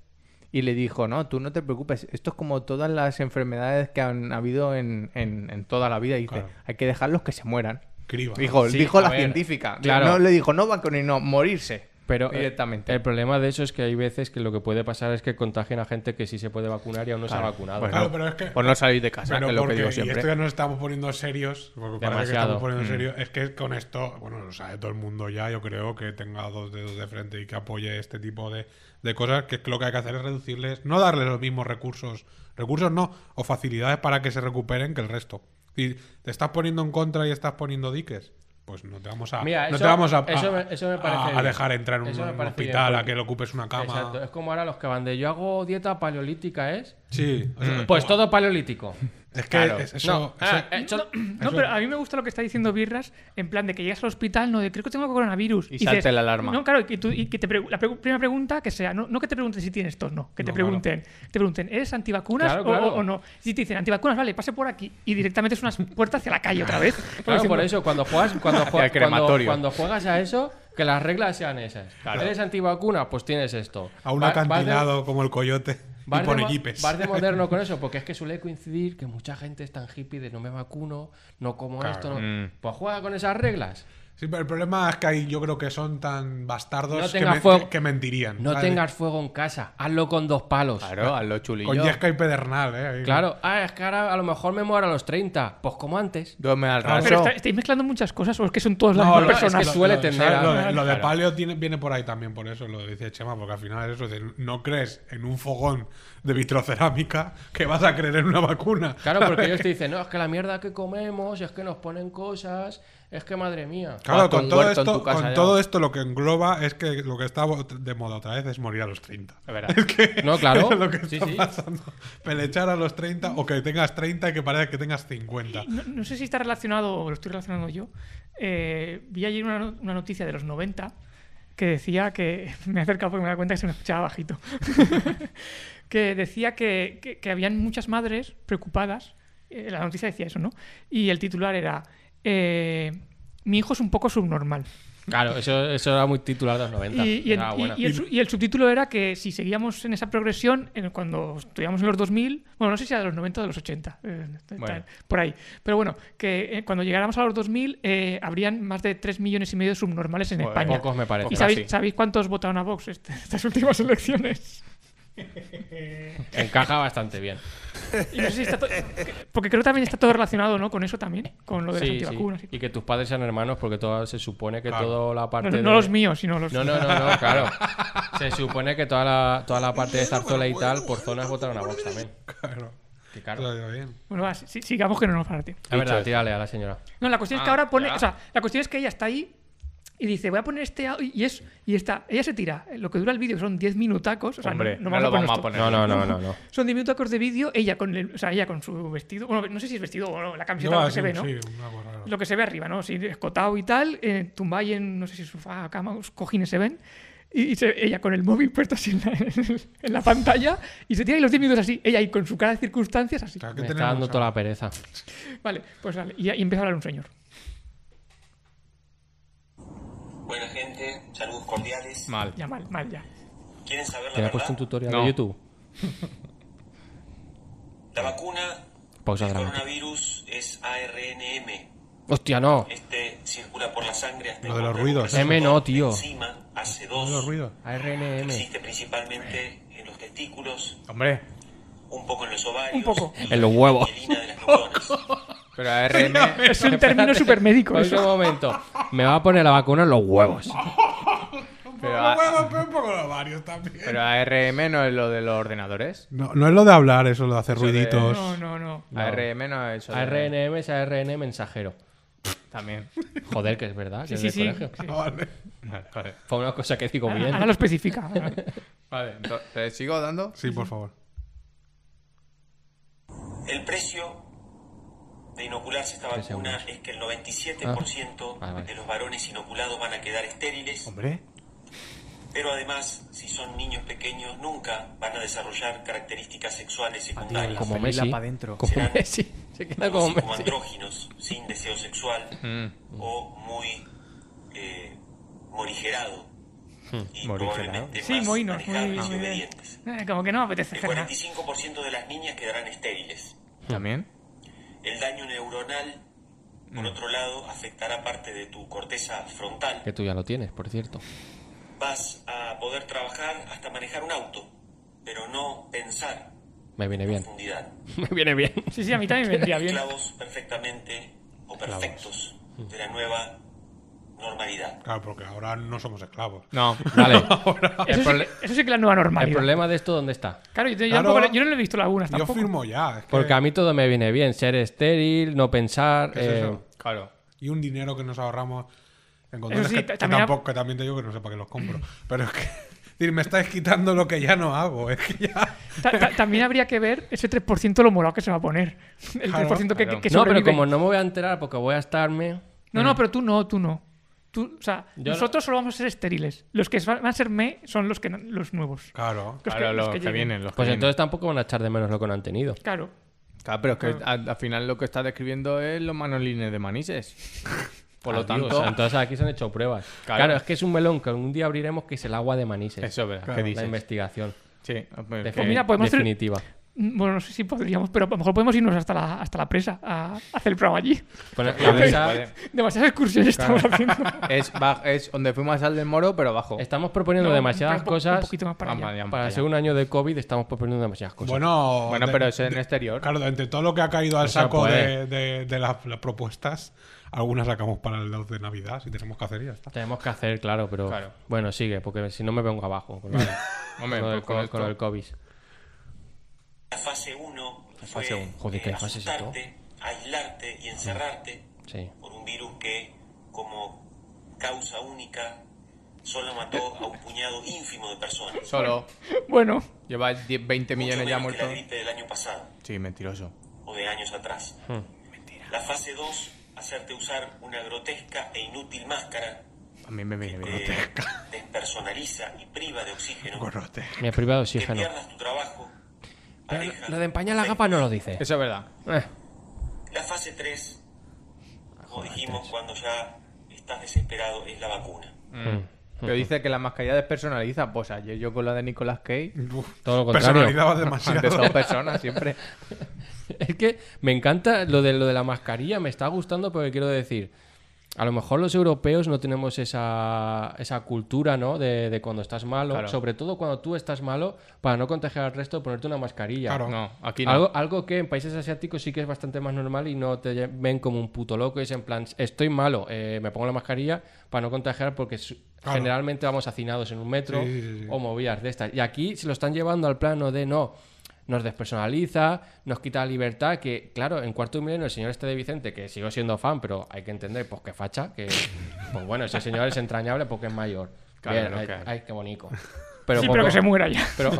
Speaker 4: Y le dijo, no, tú no te preocupes, esto es como todas las enfermedades que han habido en, en- en toda la vida. Y dice,
Speaker 2: Claro.
Speaker 4: hay que dejarlos que se mueran.
Speaker 2: Criba.
Speaker 4: Dijo,
Speaker 3: Sí,
Speaker 4: dijo
Speaker 3: a
Speaker 4: la
Speaker 3: ver,
Speaker 4: científica.
Speaker 3: claro.
Speaker 4: No le dijo, no vacunar, no, morirse.
Speaker 3: Pero eh,
Speaker 4: directamente.
Speaker 3: el problema de eso es que hay veces que lo que puede pasar es que contagien a gente que sí se puede vacunar y aún no se ha vacunado.
Speaker 4: Bueno,
Speaker 2: Claro, pero es que-
Speaker 4: por no salir de casa,
Speaker 2: Pero
Speaker 4: que es lo que
Speaker 2: porque-
Speaker 4: digo
Speaker 2: y
Speaker 4: siempre.
Speaker 2: esto ya nos estamos poniendo serios, porque parece que
Speaker 3: Demasiado. Mm.
Speaker 2: estamos poniendo serios. Es que con esto, bueno, lo sabe todo el mundo ya, yo creo que tenga dos dedos de frente y que apoye este tipo de, de cosas, que lo que hay que hacer es reducirles, no darles los mismos recursos, recursos no, o facilidades para que se recuperen que el resto. Si te estás poniendo en contra y estás poniendo diques, pues no te vamos a,
Speaker 3: Mira,
Speaker 2: no
Speaker 3: eso-
Speaker 2: te vamos a, a-
Speaker 3: eso me- eso me parece
Speaker 2: a- a
Speaker 3: bien.
Speaker 2: dejar entrar en un,
Speaker 3: Eso me
Speaker 2: un
Speaker 3: parece bien,
Speaker 2: hospital, a
Speaker 3: porque-
Speaker 2: que le ocupes una cama.
Speaker 3: Exacto. Es como ahora los que van de yo hago dieta paleolítica, ¿es?
Speaker 2: Sí. o sea,
Speaker 3: Pues todo paleolítico.
Speaker 2: Es que
Speaker 4: Claro.
Speaker 2: es- eso.
Speaker 3: No, ah,
Speaker 2: eso-
Speaker 3: eh, so-
Speaker 5: No, pero a mí me gusta lo que está diciendo Birras, en plan de que llegas al hospital, no, de creo que tengo coronavirus.
Speaker 4: Y salte la alarma.
Speaker 5: No, claro, y, tú- y que te pregu- la pregu- primera pregunta que sea, no, no que te pregunten si tienes tos, no, que te
Speaker 2: No,
Speaker 5: pregunten, te pregunten, ¿eres antivacunas
Speaker 3: Claro,
Speaker 5: o,
Speaker 3: claro.
Speaker 5: o- o no? Si te dicen antivacunas, vale, pase por aquí y directamente es una puerta hacia la calle otra vez. Como
Speaker 3: Claro,
Speaker 5: diciendo,
Speaker 3: por eso, cuando juegas, cuando,
Speaker 4: Hacia
Speaker 3: jue-
Speaker 4: el
Speaker 3: cuando-
Speaker 4: crematorio.
Speaker 3: cuando juegas a eso, que las reglas sean esas. Eres antivacuna, pues tienes esto.
Speaker 2: a un
Speaker 3: Va- vas de-
Speaker 2: acantilado como el coyote.
Speaker 3: vas
Speaker 2: y
Speaker 3: de
Speaker 2: pone
Speaker 3: mo-
Speaker 2: jipes.
Speaker 3: vas de moderno con eso, porque es que suele coincidir que mucha gente es tan hippie de no me vacuno, no como
Speaker 2: Claro.
Speaker 3: esto. no-
Speaker 4: Mm.
Speaker 3: Pues juega con esas reglas.
Speaker 2: Sí, pero el problema es que ahí yo creo que son tan bastardos
Speaker 3: No
Speaker 2: que,
Speaker 3: tengas
Speaker 2: men-
Speaker 3: fuego.
Speaker 2: que- que mentirían.
Speaker 3: No
Speaker 2: Vale.
Speaker 3: tengas fuego en casa, hazlo con dos palos. Claro.
Speaker 4: Claro, hazlo chulillo.
Speaker 2: Con Yesca y Pedernal, ¿eh? Ahí.
Speaker 3: ah, es que ahora a lo mejor me muero a los 30, pues como antes.
Speaker 4: Duerme al
Speaker 2: Claro.
Speaker 5: Pero
Speaker 4: raso.
Speaker 5: está- estáis mezclando muchas cosas o es que son todas las
Speaker 3: No,
Speaker 5: mismas
Speaker 3: no, es que
Speaker 5: personas.
Speaker 3: es suele
Speaker 2: ¿sabes?
Speaker 3: tender a-
Speaker 2: Lo de, lo de
Speaker 3: Claro.
Speaker 2: paleo tiene- viene por ahí también, por eso lo dice Chema, porque al final es eso de no crees en un fogón de vitrocerámica que vas a creer en una vacuna.
Speaker 3: Claro, porque ellos te dicen, no, es que la mierda que comemos, es que nos ponen cosas, es que madre mía.
Speaker 2: Claro,
Speaker 4: Hazte un
Speaker 2: con, todo
Speaker 4: huerto en
Speaker 2: esto,
Speaker 4: tu casa
Speaker 2: con
Speaker 4: ya.
Speaker 2: todo esto lo que engloba es que lo que está de moda otra vez es morir a los 30.
Speaker 4: Es verdad.
Speaker 3: No, claro.
Speaker 2: Eso es lo que
Speaker 3: Oh, Sí,
Speaker 2: está
Speaker 3: sí.
Speaker 2: pasando. Pelechar a los 30 o que tengas 30 y que parezca que tengas 50.
Speaker 5: No, no sé si está relacionado, o lo estoy relacionando yo. eh, vi ayer una, no- una noticia de los 90 que decía que. Me he acercado porque me he dado cuenta que se me escuchaba bajito. que decía que, que- que habían muchas madres preocupadas. eh, la noticia decía eso, ¿no? Y el titular era. eh, mi hijo es un poco subnormal.
Speaker 3: Claro, eso, eso era muy titular de los 90.
Speaker 5: Y, y el,
Speaker 3: Era
Speaker 5: y-
Speaker 3: buena.
Speaker 5: y el su- y el subtítulo era que si seguíamos en esa progresión, en- cuando estudiamos en los 2000, bueno, no sé si era de los 90 o de los 80, eh, tal,
Speaker 4: Bueno.
Speaker 5: por ahí, pero bueno, que eh, cuando llegáramos a los 2000 eh, habrían más de 3 millones y medio de subnormales en
Speaker 4: Joder,
Speaker 5: España.
Speaker 3: Pocos me parece.
Speaker 5: ¿Y
Speaker 4: pero sí.
Speaker 5: sabéis, sabéis cuántos votaron a Vox este- estas últimas elecciones?
Speaker 3: Encaja bastante bien.
Speaker 5: Y no sé si está to- porque creo que también está todo relacionado ¿no? con eso también, con lo de
Speaker 3: Sí,
Speaker 5: las
Speaker 3: sí.
Speaker 5: antivacunas.
Speaker 3: Y que tus padres sean hermanos, porque todo, se supone que
Speaker 2: Claro.
Speaker 3: toda la
Speaker 5: No,
Speaker 3: parte.
Speaker 5: no
Speaker 3: de-
Speaker 5: los míos, sino los...
Speaker 3: No, no, no, no, claro. Se supone que toda la, toda la parte de Zarzuela y tal, por zonas votaron a Vox también.
Speaker 2: Claro.
Speaker 3: Qué caro.
Speaker 2: Todo iba bien.
Speaker 5: Bueno, va, si- sigamos que no nos va a dar tiempo.
Speaker 3: Es verdad,
Speaker 4: esto.
Speaker 3: tírale a la señora.
Speaker 5: No, la cuestión es que
Speaker 4: Ah,
Speaker 5: ahora pone.
Speaker 4: ya.
Speaker 5: O sea, la cuestión es que ella está ahí y dice, voy a poner este. au- Y es. Y está. Ella se tira. Lo que dura el vídeo son 10 minutacos. O sea,
Speaker 4: Hombre,
Speaker 5: no,
Speaker 4: no
Speaker 5: vamos
Speaker 4: lo vamos
Speaker 5: a
Speaker 4: a
Speaker 5: poner.
Speaker 4: poner.
Speaker 3: No, no, no, no. no.
Speaker 5: esto. Son 10 minutacos de vídeo, ella con el- o sea, ella con su vestido. Bueno, no sé si es vestido o no, la camiseta
Speaker 2: Lleva
Speaker 5: lo que se
Speaker 2: así,
Speaker 5: ve, ¿no?
Speaker 2: sí, una cosa rara.
Speaker 5: Lo que se ve arriba, ¿no? Sí, escotado y tal, eh, tumba ahí en, no sé si sofá, cama, os cojines se ven. Y, y se- ella con el móvil puesto así en la, en la pantalla y se tira y los 10 minutos así. Ella ahí con su cara de circunstancias
Speaker 2: O
Speaker 5: así.
Speaker 2: sea,
Speaker 3: Me
Speaker 2: ¿qué
Speaker 3: está
Speaker 2: tenemos
Speaker 3: dando
Speaker 2: ahora?
Speaker 3: toda la pereza.
Speaker 5: Vale, pues vale. Y, y empieza a hablar un señor.
Speaker 7: Buena gente, saludos cordiales.
Speaker 4: Mal.
Speaker 5: Ya mal, mal, ya.
Speaker 7: ¿Quieren saber la
Speaker 3: ¿Te ha puesto un
Speaker 7: verdad?
Speaker 3: tutorial
Speaker 4: No.
Speaker 3: de YouTube?
Speaker 7: La vacuna
Speaker 3: Pausa
Speaker 7: del
Speaker 3: dramática.
Speaker 7: coronavirus es ARNM.
Speaker 3: Hostia, no.
Speaker 7: Este circula por la sangre hasta
Speaker 2: Lo de
Speaker 7: encontrar
Speaker 2: los
Speaker 7: un
Speaker 2: ruidos.
Speaker 7: receptor
Speaker 3: M no,
Speaker 7: de
Speaker 3: tío.
Speaker 7: Enzima
Speaker 2: Todos los
Speaker 7: AC2
Speaker 2: ruidos.
Speaker 3: ARNM.
Speaker 7: existe principalmente en los testículos,
Speaker 4: Hombre,
Speaker 7: un poco en los ovarios,
Speaker 5: Un poco.
Speaker 7: y
Speaker 3: En los huevos.
Speaker 7: en la mielina de las neuronas.
Speaker 4: pero ARN.
Speaker 5: Es un término supermédico
Speaker 3: En ese
Speaker 5: eso.
Speaker 3: momento. Me va a poner la vacuna en los huevos.
Speaker 4: pero,
Speaker 2: Los
Speaker 4: a-
Speaker 2: huevos, pero un poco los ovarios también.
Speaker 4: pero ARM no es lo de los ordenadores.
Speaker 2: No, no es lo de hablar, eso, lo de hacer
Speaker 4: Eso de-
Speaker 2: ruiditos.
Speaker 5: No, no, no.
Speaker 4: ARM no es eso. de-
Speaker 3: ARNM es ARN mensajero.
Speaker 4: También.
Speaker 3: Joder, que es verdad. que
Speaker 5: Sí, sí,
Speaker 3: es del
Speaker 5: sí.
Speaker 3: colegio.
Speaker 5: sí.
Speaker 2: Ah, vale.
Speaker 4: Vale, vale.
Speaker 3: Fue una cosa que digo bien.
Speaker 5: Ahora ahora lo especifica.
Speaker 4: Vale, entonces, ¿sigo dando?
Speaker 2: Sí, por favor.
Speaker 7: El precio de inocularse esta vacuna es que el 97%
Speaker 3: Ah, vale.
Speaker 7: de los varones inoculados van a quedar estériles.
Speaker 4: Hombre.
Speaker 7: Pero además, si son niños pequeños, nunca van a desarrollar características sexuales secundarias.
Speaker 3: como
Speaker 4: Feliz
Speaker 3: Messi.
Speaker 4: la pa' dentro.
Speaker 3: Como
Speaker 7: Serán
Speaker 3: Messi. Se queda
Speaker 7: Algo
Speaker 3: como
Speaker 7: así como
Speaker 3: Messi.
Speaker 7: andróginos, sin deseo sexual
Speaker 4: Mm,
Speaker 7: o muy eh, morigerado. Y
Speaker 4: Morigerado.
Speaker 7: probablemente
Speaker 5: Sí,
Speaker 7: más
Speaker 5: moinos, muy,
Speaker 7: manejables y
Speaker 5: muy bien.
Speaker 7: obedientes.
Speaker 5: Eh, Como que no me apetece
Speaker 7: El
Speaker 5: hacer nada.
Speaker 7: 45% de las niñas quedarán estériles.
Speaker 4: También.
Speaker 7: El daño neuronal,
Speaker 3: Mm.
Speaker 7: por otro lado, afectará parte de tu corteza frontal.
Speaker 3: Que tú ya lo tienes, por cierto.
Speaker 7: Vas a poder trabajar hasta manejar un auto, pero no pensar
Speaker 3: Me viene
Speaker 7: en
Speaker 3: bien.
Speaker 7: profundidad.
Speaker 3: Me viene bien.
Speaker 5: Sí, sí, a mí también me vendría bien.
Speaker 7: Esclavos perfectamente o perfectos de la nueva normalidad.
Speaker 2: Claro, porque ahora no somos esclavos.
Speaker 4: No.
Speaker 3: Vale. El
Speaker 5: Eso sí,
Speaker 3: prole-
Speaker 5: que- eso sí que es la nueva
Speaker 3: El
Speaker 5: normalidad.
Speaker 3: problema de esto, ¿dónde está?
Speaker 5: Claro, yo, yo
Speaker 2: Claro.
Speaker 5: tampoco le- yo no le he visto lagunas
Speaker 2: Yo
Speaker 5: tampoco.
Speaker 2: firmo ya. es que-
Speaker 3: Porque a mí todo me viene bien. Ser estéril, no pensar.
Speaker 2: ¿Qué es
Speaker 3: eh,
Speaker 2: eso?
Speaker 4: Claro.
Speaker 2: Y un dinero que nos ahorramos en condones,
Speaker 5: sí,
Speaker 2: que,
Speaker 5: ta-
Speaker 2: que
Speaker 5: también ha-
Speaker 2: tampoco, que también te digo que no sé para qué los compro. Pero es que... es decir, Me estáis quitando lo que ya no hago. Es que ya...
Speaker 5: Ta- ta- también habría que ver ese 3% lo molado que se va a poner. El 3% que, que, que
Speaker 3: No, pero
Speaker 5: sobrevive.
Speaker 3: como no me voy a enterar porque voy a estarme.
Speaker 5: No, no, pero tú no, tú no. Tú, o sea,
Speaker 3: Yo no-
Speaker 5: nosotros solo vamos a ser estériles. Los que van a ser me son los que no- los nuevos.
Speaker 2: Claro.
Speaker 5: Los
Speaker 4: Claro, los que,
Speaker 5: lleguen.
Speaker 4: vienen, los que
Speaker 3: Pues
Speaker 4: vienen.
Speaker 3: entonces tampoco van a echar de menos lo que no han tenido.
Speaker 5: Claro.
Speaker 4: Claro, pero es que al, al final lo que está describiendo es los manolines de manises. Por lo
Speaker 3: Adiós,
Speaker 4: tanto,
Speaker 3: o sea, entonces aquí se han hecho pruebas. Claro.
Speaker 4: Claro.
Speaker 3: es que es un melón que algún día abriremos que es el agua de manises.
Speaker 4: eso es verdad.
Speaker 2: Claro.
Speaker 4: ¿Qué
Speaker 3: La
Speaker 4: dices?
Speaker 3: investigación.
Speaker 4: Sí, pues
Speaker 3: De-
Speaker 4: que-
Speaker 5: Pues mira, podemos hacer-
Speaker 3: definitiva.
Speaker 5: Mm, Bueno, no sé si podríamos, pero a lo mejor podemos irnos hasta la, hasta la presa a, a hacer el programa allí.
Speaker 3: Poner la
Speaker 4: Claro,
Speaker 3: mesa-
Speaker 4: vale.
Speaker 5: Demasiadas excursiones estamos haciendo.
Speaker 4: es, ba- es donde fuimos al del moro, pero abajo.
Speaker 3: Estamos proponiendo
Speaker 5: No,
Speaker 3: demasiadas
Speaker 5: un po-
Speaker 3: cosas.
Speaker 5: Un poquito más para
Speaker 4: Vamos
Speaker 5: allá.
Speaker 4: allá, vamos
Speaker 3: Para
Speaker 4: allá.
Speaker 3: ser un año de COVID estamos proponiendo demasiadas cosas.
Speaker 2: Bueno,
Speaker 4: Bueno,
Speaker 2: de-
Speaker 4: pero eso en
Speaker 2: de-
Speaker 4: exterior.
Speaker 2: Claro, entre todo lo que ha caído al
Speaker 3: Eso
Speaker 2: saco
Speaker 3: puede.
Speaker 2: de, de- de las, las propuestas, algunas sacamos para el 2 de Navidad, si tenemos que hacer y ya está.
Speaker 3: Tenemos que hacer, claro, pero
Speaker 4: Claro.
Speaker 3: bueno, sigue, porque si no me vengo abajo con, lo-
Speaker 4: Hombre,
Speaker 3: con lo del-
Speaker 4: pues con
Speaker 3: con-
Speaker 4: esto-
Speaker 3: con el COVID.
Speaker 7: La fase 1 fue
Speaker 3: fase uno. Joder,
Speaker 7: eh,
Speaker 3: ¿qué fase es esto? Mm.
Speaker 7: asustarte, aislarte y encerrarte
Speaker 3: Sí.
Speaker 7: por un virus que, como causa única, solo mató a un puñado ínfimo de personas.
Speaker 4: Solo
Speaker 5: Bueno,
Speaker 4: lleva 10, 20
Speaker 7: Mucho
Speaker 4: millones ya
Speaker 7: menos que la
Speaker 4: muertos.
Speaker 7: gripe del año pasado
Speaker 4: Sí, mentiroso.
Speaker 7: o de años atrás.
Speaker 3: Mm.
Speaker 7: La fase 2, hacerte usar una grotesca e inútil máscara
Speaker 4: A mí me viene bien.
Speaker 7: que te despersonaliza y priva de oxígeno.
Speaker 2: Corrote.
Speaker 3: Me he privado de
Speaker 7: Que
Speaker 3: oxígeno.
Speaker 7: pierdas tu trabajo.
Speaker 3: Pero
Speaker 7: pareja,
Speaker 3: lo de empañar la gafas no lo dice.
Speaker 4: Eso es verdad.
Speaker 3: Eh,
Speaker 7: La fase 3, como dijimos,
Speaker 3: Ah, tres.
Speaker 7: cuando ya estás desesperado, es la vacuna.
Speaker 4: Pero dice que la mascarilla despersonaliza. Pues ayer yo con la de Nicolas Cage.
Speaker 3: todo lo contrario.
Speaker 2: Personalizabas
Speaker 4: Ante
Speaker 2: demasiado.
Speaker 4: todo personas, siempre.
Speaker 3: Es que me encanta lo de, lo de la mascarilla, me está gustando porque quiero decir, a lo mejor los europeos no tenemos esa, esa cultura, ¿no? De, de cuando estás malo,
Speaker 4: Claro.
Speaker 3: sobre todo cuando tú estás malo, para no contagiar al resto, ponerte una mascarilla.
Speaker 2: Claro.
Speaker 4: No, aquí no.
Speaker 3: Algo, algo que en países asiáticos sí que es bastante más normal y no te lle- ven como un puto loco. Es en plan, estoy malo, eh, me pongo la mascarilla para no contagiar porque su-
Speaker 2: Claro.
Speaker 3: generalmente vamos hacinados en un metro
Speaker 2: Sí, sí, sí.
Speaker 3: o movidas de estas. Y aquí se lo están llevando al plano de no, nos despersonaliza, nos quita libertad. Que claro, en cuarto milenio el señor este de Vicente, que sigo siendo fan, pero hay que entender, pues que facha, que pues bueno, ese señor es entrañable porque es mayor.
Speaker 4: Claro,
Speaker 3: Bien,
Speaker 4: lo
Speaker 3: ay,
Speaker 4: que hay.
Speaker 3: ay, qué bonito. Pero
Speaker 5: sí, pero
Speaker 3: poco-
Speaker 5: que se muera ya.
Speaker 3: pero,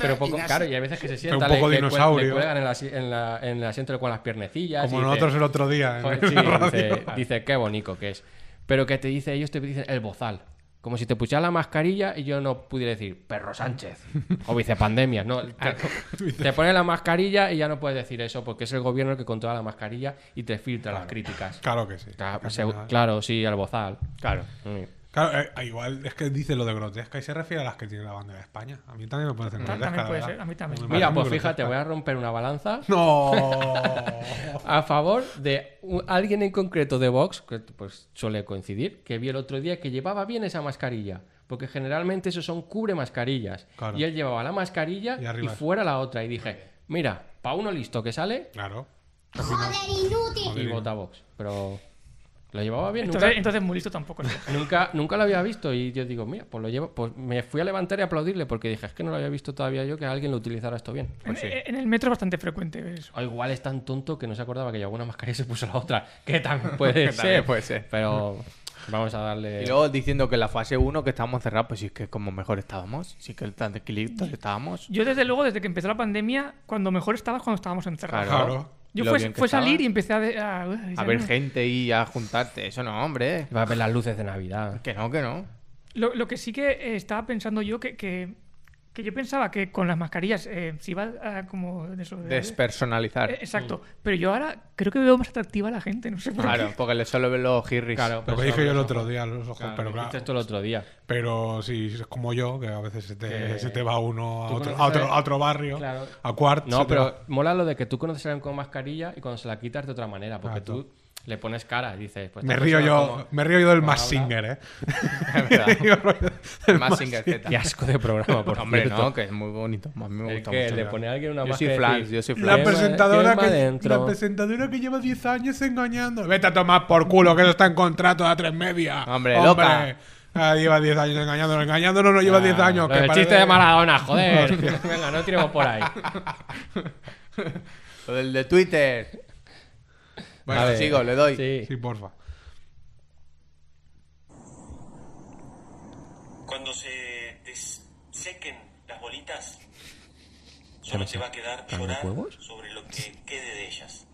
Speaker 3: pero poco, claro, y a veces que se sienta,
Speaker 2: un poco
Speaker 3: le, le cuel-
Speaker 2: dinosaurio.
Speaker 3: le cuelgan en, la, si- en, la- en el asiento con las piernecillas.
Speaker 2: Como
Speaker 3: y dice-
Speaker 2: nosotros el otro día. en
Speaker 3: joder,
Speaker 2: la
Speaker 3: sí,
Speaker 2: radio.
Speaker 3: dice, dice, qué bonito que es. Pero que te dice, ellos te dicen el bozal. Como si te pusiera la mascarilla y yo no pudiera decir perro Sánchez o vicepandemia. No, te, te pone la mascarilla y ya no puedes decir eso porque es el gobierno el que controla la mascarilla y te filtra las críticas.
Speaker 2: Claro que sí.
Speaker 3: Claro,
Speaker 2: Casi
Speaker 3: se-
Speaker 2: nada.
Speaker 3: claro, sí, al bozal.
Speaker 4: Claro.
Speaker 3: Mm.
Speaker 2: Claro, eh, igual es que dice lo de grotesca y se refiere a las que tiene la bandera de España. A mí también me parece grotesca.
Speaker 5: también
Speaker 2: la
Speaker 5: puede
Speaker 2: verdad.
Speaker 5: ser, a mí también.
Speaker 2: Me parece
Speaker 3: Mira,
Speaker 2: muy
Speaker 3: pues
Speaker 2: grotesca.
Speaker 3: fíjate, voy a romper una balanza.
Speaker 2: No.
Speaker 3: a favor de un- alguien en concreto de Vox, que pues suele coincidir, que vi el otro día que llevaba bien esa mascarilla. Porque generalmente esos son cubre mascarillas.
Speaker 2: Claro.
Speaker 3: Y él llevaba la mascarilla
Speaker 2: Y
Speaker 3: y,
Speaker 2: arriba.
Speaker 3: fuera la otra. Y dije, mira, pa' uno listo que sale
Speaker 2: claro.
Speaker 3: y vota Vox. Pero lo llevaba bien.
Speaker 5: Entonces,
Speaker 3: Nunca,
Speaker 5: entonces muy listo tampoco.
Speaker 4: Pues
Speaker 5: ¿no?
Speaker 3: nunca, nunca lo había visto. Y yo digo, mira, pues lo llevo. Pues me fui a levantar y aplaudirle porque dije, es que no lo había visto todavía yo que alguien lo utilizara esto bien.
Speaker 2: Pues
Speaker 5: En, eh, en el metro es bastante frecuente ver eso.
Speaker 3: O igual es tan tonto que no se acordaba que llevaba una mascarilla y se puso la otra. Que también puede
Speaker 4: Que
Speaker 3: ser.
Speaker 4: también puede ser.
Speaker 3: Pero vamos a darle.
Speaker 4: Y luego diciendo que en la fase 1 que estábamos cerrados, pues sí es que como mejor estábamos, sí que tan tranquilitos estábamos.
Speaker 5: Yo desde luego, desde que empezó la pandemia, cuando mejor estaba es cuando estábamos encerrados.
Speaker 2: Claro.
Speaker 5: Yo
Speaker 4: Y lo
Speaker 5: fue,
Speaker 4: bien que
Speaker 5: fue salir
Speaker 4: estaba.
Speaker 5: y empecé a... de- a, ya
Speaker 4: A ver
Speaker 5: no.
Speaker 4: gente y a juntarte. Eso no, hombre.
Speaker 3: Va a ver las luces de Navidad.
Speaker 4: Que no, que no.
Speaker 5: Lo, lo que sí que eh, estaba pensando yo, que, que, que yo pensaba que con las mascarillas eh, se iba a como... de Eso, de-
Speaker 4: Despersonalizar.
Speaker 5: Eh, Exacto. Pero yo ahora creo que veo más atractiva a la gente, no sé por
Speaker 4: Claro,
Speaker 5: qué.
Speaker 4: porque le solo ven los girris.
Speaker 3: Claro.
Speaker 2: Lo que dije yo el otro día, los ojos, pero
Speaker 3: Dijiste
Speaker 2: claro.
Speaker 3: esto el otro día.
Speaker 2: Pero si es como yo, que a veces se te,
Speaker 3: Que-
Speaker 2: se te va uno a
Speaker 3: Tú
Speaker 2: otro,
Speaker 3: conoces
Speaker 2: a otro,
Speaker 3: a-
Speaker 2: a otro barrio,
Speaker 3: Claro.
Speaker 2: a cuart. se
Speaker 3: No,
Speaker 2: te
Speaker 3: pero
Speaker 2: va.
Speaker 3: mola lo de que tú conoces a alguien con mascarilla y cuando se la quitas de otra manera, porque
Speaker 2: Exacto.
Speaker 3: tú le pones cara y dices, pues,
Speaker 2: Me
Speaker 3: esta
Speaker 2: río,
Speaker 3: persona
Speaker 2: yo,
Speaker 3: como-
Speaker 2: me río yo del
Speaker 3: como
Speaker 2: más
Speaker 3: habla.
Speaker 2: singer, ¿eh?
Speaker 4: Es verdad.
Speaker 2: Me río yo del
Speaker 4: Más
Speaker 2: Mask
Speaker 4: Singer
Speaker 2: Singer.
Speaker 4: Z.
Speaker 3: Qué asco de programa, pues, por
Speaker 4: Hombre,
Speaker 3: cierto.
Speaker 4: no, que es muy bonito. A mí me
Speaker 3: El
Speaker 4: gusta
Speaker 3: que
Speaker 4: mucho.
Speaker 3: le pone a alguien una
Speaker 4: Yo soy
Speaker 3: máscara y
Speaker 4: flan,
Speaker 3: decir,
Speaker 4: yo soy
Speaker 3: ¿quién
Speaker 4: flan.
Speaker 2: La
Speaker 3: va-
Speaker 2: presentadora,
Speaker 3: quién va
Speaker 2: que,
Speaker 3: dentro?
Speaker 2: la presentadora que lleva 10 años engañando. Vete a tomar por culo, que eso está en contrato a tres media.
Speaker 4: Hombre, loca.
Speaker 2: Ah, lleva 10 años engañándonos. Engañándonos no lleva 10
Speaker 3: Ah,
Speaker 2: años.
Speaker 3: lo
Speaker 2: que
Speaker 3: del
Speaker 2: parece-
Speaker 3: chiste de Maradona, joder. Venga, no tiremos por ahí.
Speaker 4: Lo del de Twitter. Bueno,
Speaker 3: Vale.
Speaker 4: sigo, le doy.
Speaker 3: Sí.
Speaker 2: Sí, porfa.
Speaker 7: Cuando se te sequen las bolitas, Solo
Speaker 3: ¿Sabes
Speaker 7: te va a quedar
Speaker 3: carne de
Speaker 7: llorar
Speaker 3: huevos?
Speaker 7: sobre lo que quede de ellas.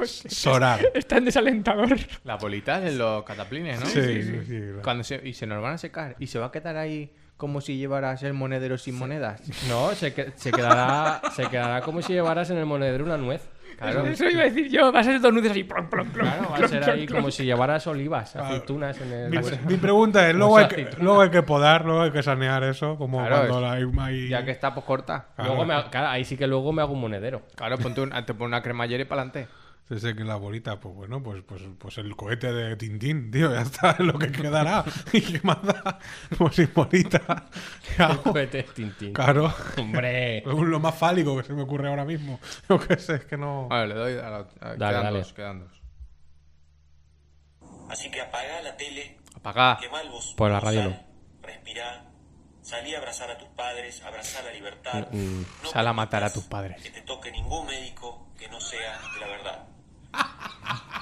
Speaker 5: Hostia,
Speaker 2: Sorar.
Speaker 5: Es tan desalentador.
Speaker 4: Las bolitas en los cataplines, ¿no?
Speaker 2: Sí, sí, sí, sí, claro.
Speaker 4: Cuando se, y se nos van a secar. Y se va a quedar ahí como si llevara a ser monedero sin monedas.
Speaker 3: No, se, que- se quedará, se quedará como si llevaras en el monedero una nuez.
Speaker 4: Claro.
Speaker 5: Eso iba a decir yo. Vas a ser dos nudes así. Plom, plom, plom,
Speaker 3: Claro, Ah, va a
Speaker 5: plom,
Speaker 3: ser
Speaker 5: plom,
Speaker 3: ahí
Speaker 5: plom.
Speaker 3: como si llevaras olivas, aceitunas en el...
Speaker 2: Mi,
Speaker 3: Bueno,
Speaker 2: mi pregunta es, luego
Speaker 3: Mucha
Speaker 2: hay, que,
Speaker 3: aceituna.
Speaker 2: luego hay que podar, luego hay que sanear eso, como
Speaker 4: Claro,
Speaker 2: cuando la hay... hay-
Speaker 4: Ya que está, pues corta.
Speaker 3: luego me ha- claro, ahí sí que luego me hago un monedero.
Speaker 4: Claro, ponte un- te pone una cremallera y para adelante.
Speaker 2: Se seque la bolita, pues bueno, pues, pues, pues el cohete de Tintín, tío, ya está, es lo que quedará. ¿Y qué más da? Pues sin bolita. ¿Qué
Speaker 3: El
Speaker 2: hago?
Speaker 3: cohete de Tintín.
Speaker 2: Claro.
Speaker 3: Hombre.
Speaker 2: Es lo más fálico que se me ocurre ahora mismo. Yo qué sé, es que no...
Speaker 4: A ver, le doy a la... a- quedan
Speaker 3: dale.
Speaker 4: dos, quedan dos.
Speaker 7: Así que apaga la tele,
Speaker 4: Apagá.
Speaker 7: quemá el bos-
Speaker 3: Ah, Por la
Speaker 7: bozal,
Speaker 3: radio
Speaker 7: Respirá, salí a abrazar a tus padres, abrazar la libertad.
Speaker 3: Mm,
Speaker 7: No
Speaker 4: Sal a matar a
Speaker 7: permitas
Speaker 4: tus padres.
Speaker 7: Que te toque ningún médico que no sea de la verdad.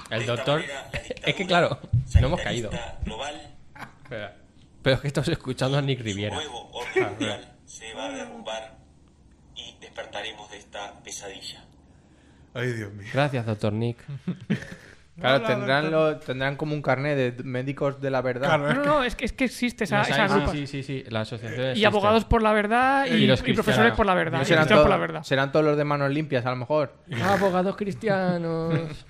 Speaker 3: El
Speaker 7: De esta
Speaker 3: doctor...
Speaker 7: manera, la
Speaker 3: Es que
Speaker 7: dictadura
Speaker 3: claro, no hemos caído.
Speaker 7: sanitarista Global,
Speaker 3: Espera. Pero es que estamos escuchando a Nick
Speaker 7: su
Speaker 3: Riviera.
Speaker 7: nuevo orden mundial se va a derrumbar y despertaremos de esta pesadilla.
Speaker 2: Ay, Dios mío.
Speaker 3: Gracias, doctor Nick.
Speaker 4: Claro, tendrán, lo- tendrán como un carnet de médicos de la verdad.
Speaker 2: Claro,
Speaker 5: No, no, es que, es que existe esa,
Speaker 3: No,
Speaker 5: esa
Speaker 3: ¿sabes? Ah,
Speaker 5: grupa.
Speaker 3: sí, sí, sí. La asociación
Speaker 5: Y
Speaker 3: existe.
Speaker 5: abogados por la verdad y,
Speaker 3: Y los
Speaker 5: y
Speaker 3: cristianos.
Speaker 5: profesores por la verdad.
Speaker 4: No
Speaker 5: y
Speaker 4: serán,
Speaker 5: cristianos
Speaker 4: todos-
Speaker 5: por la verdad.
Speaker 4: serán todos los de manos limpias, a lo mejor.
Speaker 3: Ah, abogados cristianos.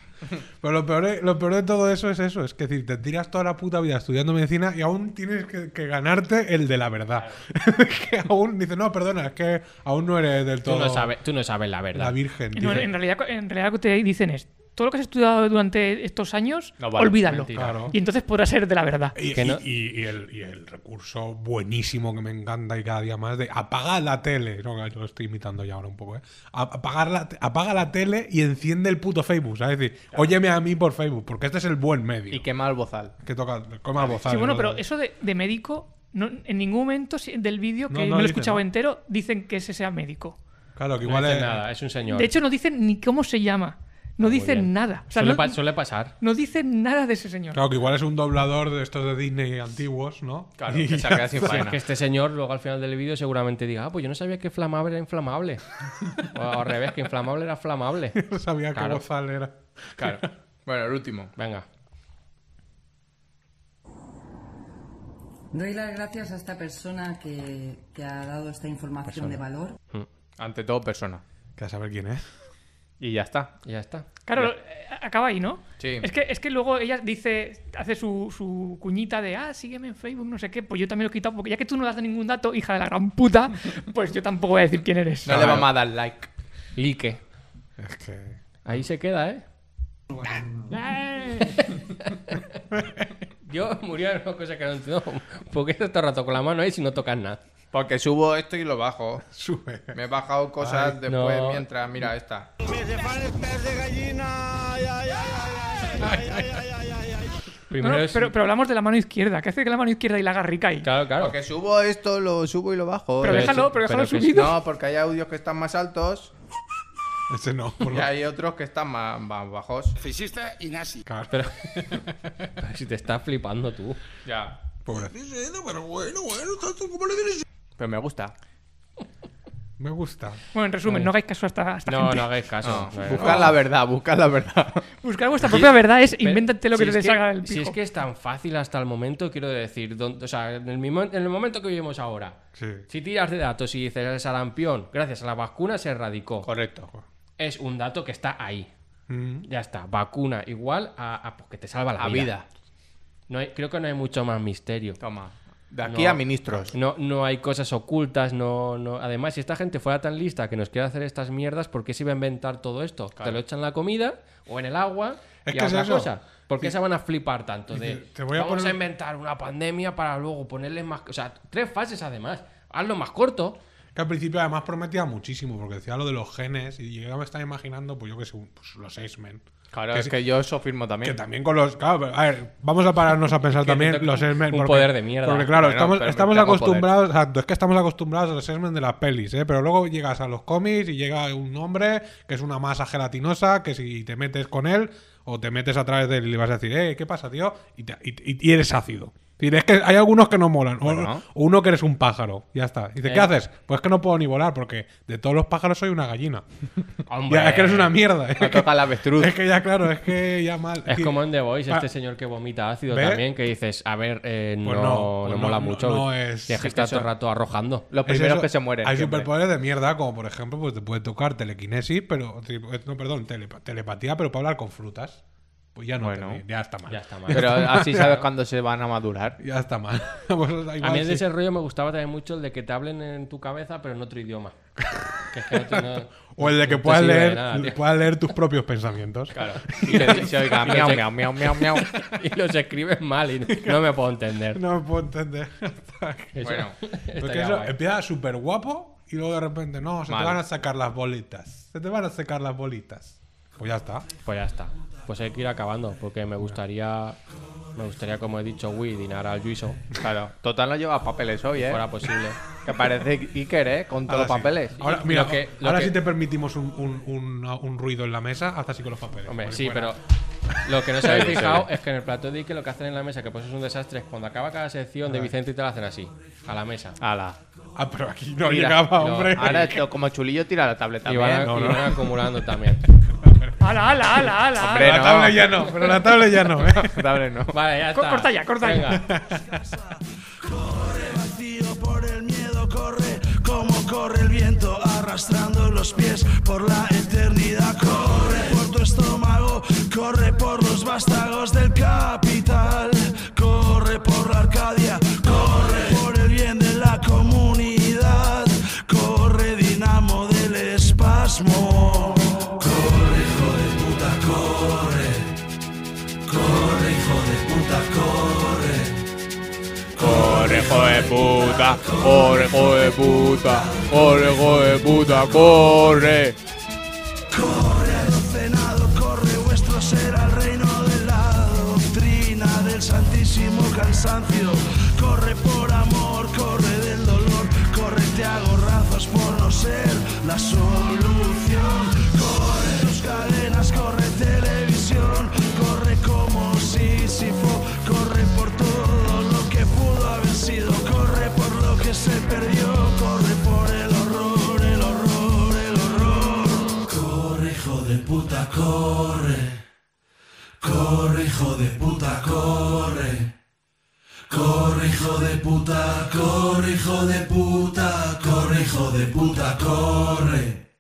Speaker 2: Pero lo peor, de- lo peor de todo eso es eso, es que es decir, te tiras toda la puta vida estudiando medicina y aún tienes que, que ganarte el de la verdad. que aún dices, no, perdona, es que aún no eres del
Speaker 3: tú,
Speaker 2: todo
Speaker 3: no sabes, tú no sabes la verdad.
Speaker 2: la virgen.
Speaker 5: No,
Speaker 2: dice.
Speaker 5: en realidad, en realidad lo que te dicen es, todo lo que has estudiado durante estos años,
Speaker 4: No vale,
Speaker 5: olvídalo.
Speaker 4: mentira.
Speaker 2: Claro.
Speaker 5: Y entonces podrá ser de la verdad.
Speaker 2: Y,
Speaker 3: Que no-
Speaker 2: y- y- y el, y el recurso buenísimo que me encanta y cada día más de apagar la tele. No, que yo lo estoy imitando ya ahora un poco, ¿eh? A- Apagar la, te- apaga la tele y enciende el puto Facebook. ¿sabes? Es decir, óyeme a mí por Facebook, porque este es el buen medio.
Speaker 4: Y quema el bozal.
Speaker 2: que toca, coma bozal.
Speaker 5: Sí, bueno,
Speaker 2: ¿no?
Speaker 5: pero eso de, de médico, no- en ningún momento si- del vídeo, que
Speaker 2: No,
Speaker 5: me
Speaker 2: no
Speaker 5: lo he
Speaker 2: dice,
Speaker 5: escuchado
Speaker 2: ¿no?
Speaker 5: entero, dicen que ese sea médico.
Speaker 2: Claro, que
Speaker 3: No
Speaker 2: igual
Speaker 3: dice
Speaker 2: es.
Speaker 3: nada, es un señor. Ah,
Speaker 5: De hecho, no dicen ni cómo se llama. No
Speaker 3: Muy
Speaker 5: dicen
Speaker 3: bien.
Speaker 5: nada. O sea,
Speaker 3: suele,
Speaker 5: no,
Speaker 3: pa- suele pasar.
Speaker 5: no dicen nada de ese señor.
Speaker 2: Claro, que igual es un doblador de estos de Disney antiguos, ¿no?
Speaker 4: Claro,
Speaker 2: Y
Speaker 4: que se ha
Speaker 2: ya
Speaker 4: quedado
Speaker 3: Si
Speaker 2: está.
Speaker 4: sin
Speaker 3: es
Speaker 4: faena.
Speaker 3: que este señor luego al final del vídeo seguramente diga, ah, pues yo no sabía que flamable era inflamable. o al revés, que inflamable era flamable.
Speaker 2: No sabía
Speaker 3: Claro.
Speaker 2: que bozal era.
Speaker 4: Claro. Bueno, el último.
Speaker 3: Venga.
Speaker 6: Doy las gracias a esta persona que, que ha dado esta información de valor.
Speaker 4: Ante todo, persona.
Speaker 2: Que a saber quién es.
Speaker 4: Y ya está.
Speaker 3: Ya está.
Speaker 5: Claro, eh, acaba ahí, ¿no?
Speaker 4: Sí.
Speaker 5: Es que, es que luego ella dice, hace su, su cuñita de, ah, sígueme en Facebook, no sé qué, pues yo también lo he quitado, porque ya que tú no das ningún dato, hija de la gran puta, pues yo tampoco voy a decir quién eres.
Speaker 4: No le vamos a dar like.
Speaker 3: Like.
Speaker 2: Es que.
Speaker 3: Ahí se queda, ¿eh?
Speaker 5: Eh.
Speaker 3: Yo murió de una cosa que no entiendo. ¿Por qué estás todo el rato con la mano ahí si no tocas nada?
Speaker 4: Porque subo esto y lo bajo.
Speaker 2: Sube.
Speaker 4: Me he bajado cosas después
Speaker 3: no.
Speaker 4: mientras. Mira esta.
Speaker 5: No,
Speaker 3: Primero
Speaker 5: no,
Speaker 3: es-
Speaker 5: pero, pero hablamos de la mano izquierda, que hace que la mano izquierda y la haga rica y...
Speaker 3: Claro, claro.
Speaker 4: Porque subo esto, lo subo y lo bajo.
Speaker 5: Pero
Speaker 4: Eh,
Speaker 5: déjalo, pero
Speaker 3: pero
Speaker 5: déjalo
Speaker 3: que-
Speaker 5: subido.
Speaker 4: No, porque hay audios que están más altos
Speaker 2: Ese no. Por
Speaker 4: y
Speaker 2: lo-
Speaker 4: hay otros que están más, más bajos.
Speaker 8: Fascista y nazi.
Speaker 2: Claro.
Speaker 3: Pero... Pero si te estás flipando tú.
Speaker 4: Ya.
Speaker 2: Pobre.
Speaker 4: Pero me gusta.
Speaker 2: Me gusta.
Speaker 5: Bueno, en resumen, no hagáis caso a esta, a esta
Speaker 3: No,
Speaker 5: gente.
Speaker 3: no hagáis caso.
Speaker 4: No,
Speaker 3: No, no,
Speaker 4: buscad la verdad, buscad la verdad.
Speaker 5: Buscar vuestra propia verdad es
Speaker 3: Pero-
Speaker 5: invéntate lo
Speaker 3: si
Speaker 5: que
Speaker 3: es
Speaker 5: te salga del pico.
Speaker 3: Si es que es tan fácil hasta el momento, quiero decir, don- o sea, en el, mismo- en el momento que vivimos ahora,
Speaker 2: Sí.
Speaker 3: si tiras de datos y dices el sarampión, gracias a la vacuna se erradicó,
Speaker 4: Correcto.
Speaker 3: es un dato que está ahí.
Speaker 2: Mm.
Speaker 3: Ya está, vacuna igual a, a- pues, que te salva la
Speaker 4: A vida.
Speaker 3: No hay- creo que no hay mucho más misterio.
Speaker 4: Toma. De aquí
Speaker 3: No.
Speaker 4: a ministros.
Speaker 3: No, no hay cosas ocultas, no, no. Además, si esta gente fuera tan lista que nos quiere hacer estas mierdas, ¿por qué se iba a inventar todo esto? Te lo echan en la comida o en el agua
Speaker 2: Es
Speaker 3: y
Speaker 2: que
Speaker 3: a
Speaker 2: es
Speaker 3: otra
Speaker 2: eso.
Speaker 3: cosa. ¿Por qué se van a flipar tanto? De,
Speaker 2: Dice, te voy a
Speaker 3: vamos
Speaker 2: poner-
Speaker 3: a inventar una pandemia para luego ponerles más... O sea, tres fases además. Hazlo más corto.
Speaker 2: Que al principio además prometía muchísimo, porque decía lo de los genes y yo ya me estaba imaginando, pues yo que sé, un- pues los X-Men.
Speaker 4: Claro,
Speaker 2: que
Speaker 4: es
Speaker 2: sí-
Speaker 4: que yo eso firmo
Speaker 2: Que
Speaker 4: también.
Speaker 2: también con los. Claro, pero, a ver, vamos a pararnos a pensar
Speaker 3: te
Speaker 2: también
Speaker 3: toca
Speaker 2: los
Speaker 3: un-
Speaker 2: X-Men.
Speaker 3: un
Speaker 2: porque-
Speaker 3: poder de mierda.
Speaker 2: Porque claro,
Speaker 4: Bueno,
Speaker 2: estamos,
Speaker 4: pero
Speaker 2: estamos
Speaker 4: tengo
Speaker 2: acostumbrados. Exacto, es que estamos acostumbrados a los X-Men de las pelis, ¿eh? Pero luego llegas a los cómics y llega un hombre que es una masa gelatinosa, que si te metes con él o te metes a través de él y le vas a decir, eh, ¿qué pasa, tío? Y, te- y- y- y eres ácido. Sí, Es que hay algunos que no molan. O-
Speaker 4: Bueno.
Speaker 2: o uno que eres un pájaro. Ya está. Y dice,
Speaker 3: Eh.
Speaker 2: ¿qué haces? Pues que no puedo ni volar porque de todos los pájaros soy una gallina.
Speaker 3: Hombre.
Speaker 2: Ya, es que eres una mierda. ¿eh?
Speaker 4: No toca la avestruz.
Speaker 2: Es que ya, claro, es que ya mal.
Speaker 3: Es
Speaker 2: Sí.
Speaker 3: como en The Voice,
Speaker 2: Ah.
Speaker 3: este señor que vomita ácido
Speaker 2: ¿Ve?
Speaker 3: también, que dices, a ver, eh, no,
Speaker 2: Pues no,
Speaker 3: no,
Speaker 2: pues no,
Speaker 3: mola
Speaker 2: no,
Speaker 3: mucho.
Speaker 2: no
Speaker 3: Tienes
Speaker 2: es-
Speaker 3: que
Speaker 2: es que
Speaker 3: estar todo el rato arrojando.
Speaker 4: Los
Speaker 2: Es
Speaker 4: primeros
Speaker 2: eso,
Speaker 4: que se mueren.
Speaker 2: Hay
Speaker 4: siempre.
Speaker 2: superpoderes de mierda, como por ejemplo, pues te puede tocar telequinesis, pero. eh, No, perdón, telepa- telepatía, pero para hablar con frutas. Pues ya no.
Speaker 4: Bueno.
Speaker 2: te- ya está mal.
Speaker 3: Ya está mal.
Speaker 4: Pero así sabes cuándo se van a madurar.
Speaker 2: Ya está mal. Pues da
Speaker 3: a
Speaker 2: igual,
Speaker 3: mí de
Speaker 2: sí.
Speaker 3: ese rollo me gustaba también mucho el de que te hablen en tu cabeza, pero en otro idioma. Que es que no te- no-
Speaker 2: O el de que
Speaker 3: no te
Speaker 2: puedas,
Speaker 3: sirve de
Speaker 2: leer,
Speaker 3: nada, tío.
Speaker 2: puedas leer tus propios pensamientos.
Speaker 3: Claro.
Speaker 4: Y se, se oiga,
Speaker 3: Y los
Speaker 4: miau,
Speaker 3: e-
Speaker 4: miau, miau, miau, miau.
Speaker 3: Y los escribes mal y no me puedo entender.
Speaker 2: No me puedo entender. Porque
Speaker 3: Eso-
Speaker 4: Bueno,
Speaker 3: estaría
Speaker 2: pues eso eh,
Speaker 3: guay.
Speaker 2: empieza súper guapo y luego de repente, no, se
Speaker 4: Mal.
Speaker 2: te van a sacar las bolitas. Se te van a sacar las bolitas. Pues ya está.
Speaker 3: Pues ya está. Pues hay que ir acabando, porque me gustaría, me gustaría, como he dicho, Wii, dinar al juicio,
Speaker 4: Claro. Total no lleva papeles hoy, ¿eh?
Speaker 3: fuera posible.
Speaker 4: Que parece Iker, ¿eh? Con todos
Speaker 2: Ahora
Speaker 4: los
Speaker 2: sí.
Speaker 4: papeles.
Speaker 2: Ahora,
Speaker 3: Lo
Speaker 2: mira,
Speaker 3: que- lo
Speaker 2: ahora
Speaker 3: que-
Speaker 2: sí te permitimos un, un- un- un ruido en la mesa, hasta así con los papeles.
Speaker 3: Hombre,
Speaker 2: como si
Speaker 3: sí,
Speaker 2: fuera.
Speaker 3: pero lo que no se habéis
Speaker 4: Sí, sí.
Speaker 3: fijado es que en el plato de Ike lo que hacen en la mesa, que pues es un desastre, es cuando acaba cada sección de Vicente y te la hacen así, a la mesa.
Speaker 4: Ala.
Speaker 2: Ah, pero aquí no
Speaker 4: Mira,
Speaker 2: llegaba,
Speaker 4: no,
Speaker 2: hombre.
Speaker 4: Ahora esto, como chulillo tira la tableta.
Speaker 3: Y van,
Speaker 2: no,
Speaker 3: y
Speaker 2: no.
Speaker 3: van acumulando también.
Speaker 5: ¡Hala, hala, hala, hala!
Speaker 4: Hombre,
Speaker 2: la
Speaker 4: no.
Speaker 2: tabla ya no, pero la tabla ya no. ¿eh?
Speaker 4: no.
Speaker 3: Vale, ya
Speaker 5: Co-
Speaker 3: está.
Speaker 5: corta ya, corta ya.
Speaker 3: Venga.
Speaker 8: Vacío por el miedo corre como corre el viento arrastrando los pies por la eternidad corre por tu estómago corre por los vástagos del capital corre por la Arcadia corre por el bien de la comunidad corre dinamo del espasmo corre hijo de puta corre corre hijo de puta corre
Speaker 4: Orejo de puta, orejo de puta, orejo de puta, corre.
Speaker 8: Corre adocenado, corre vuestro ser al reino de la doctrina del santísimo cansancio. Corre por amor, corre del dolor, corre te hago razos por no ser la solución. Corre tus cadenas, corre televisión, corre como Sísifo, corre por todo lo que pudo haber sido, corre por lo que se perdió, corre por el horror, el horror, el horror. Corre, hijo de puta, corre. Corre, hijo de puta, corre. Corre, hijo de puta, corre, hijo de puta, corre, hijo de puta, corre.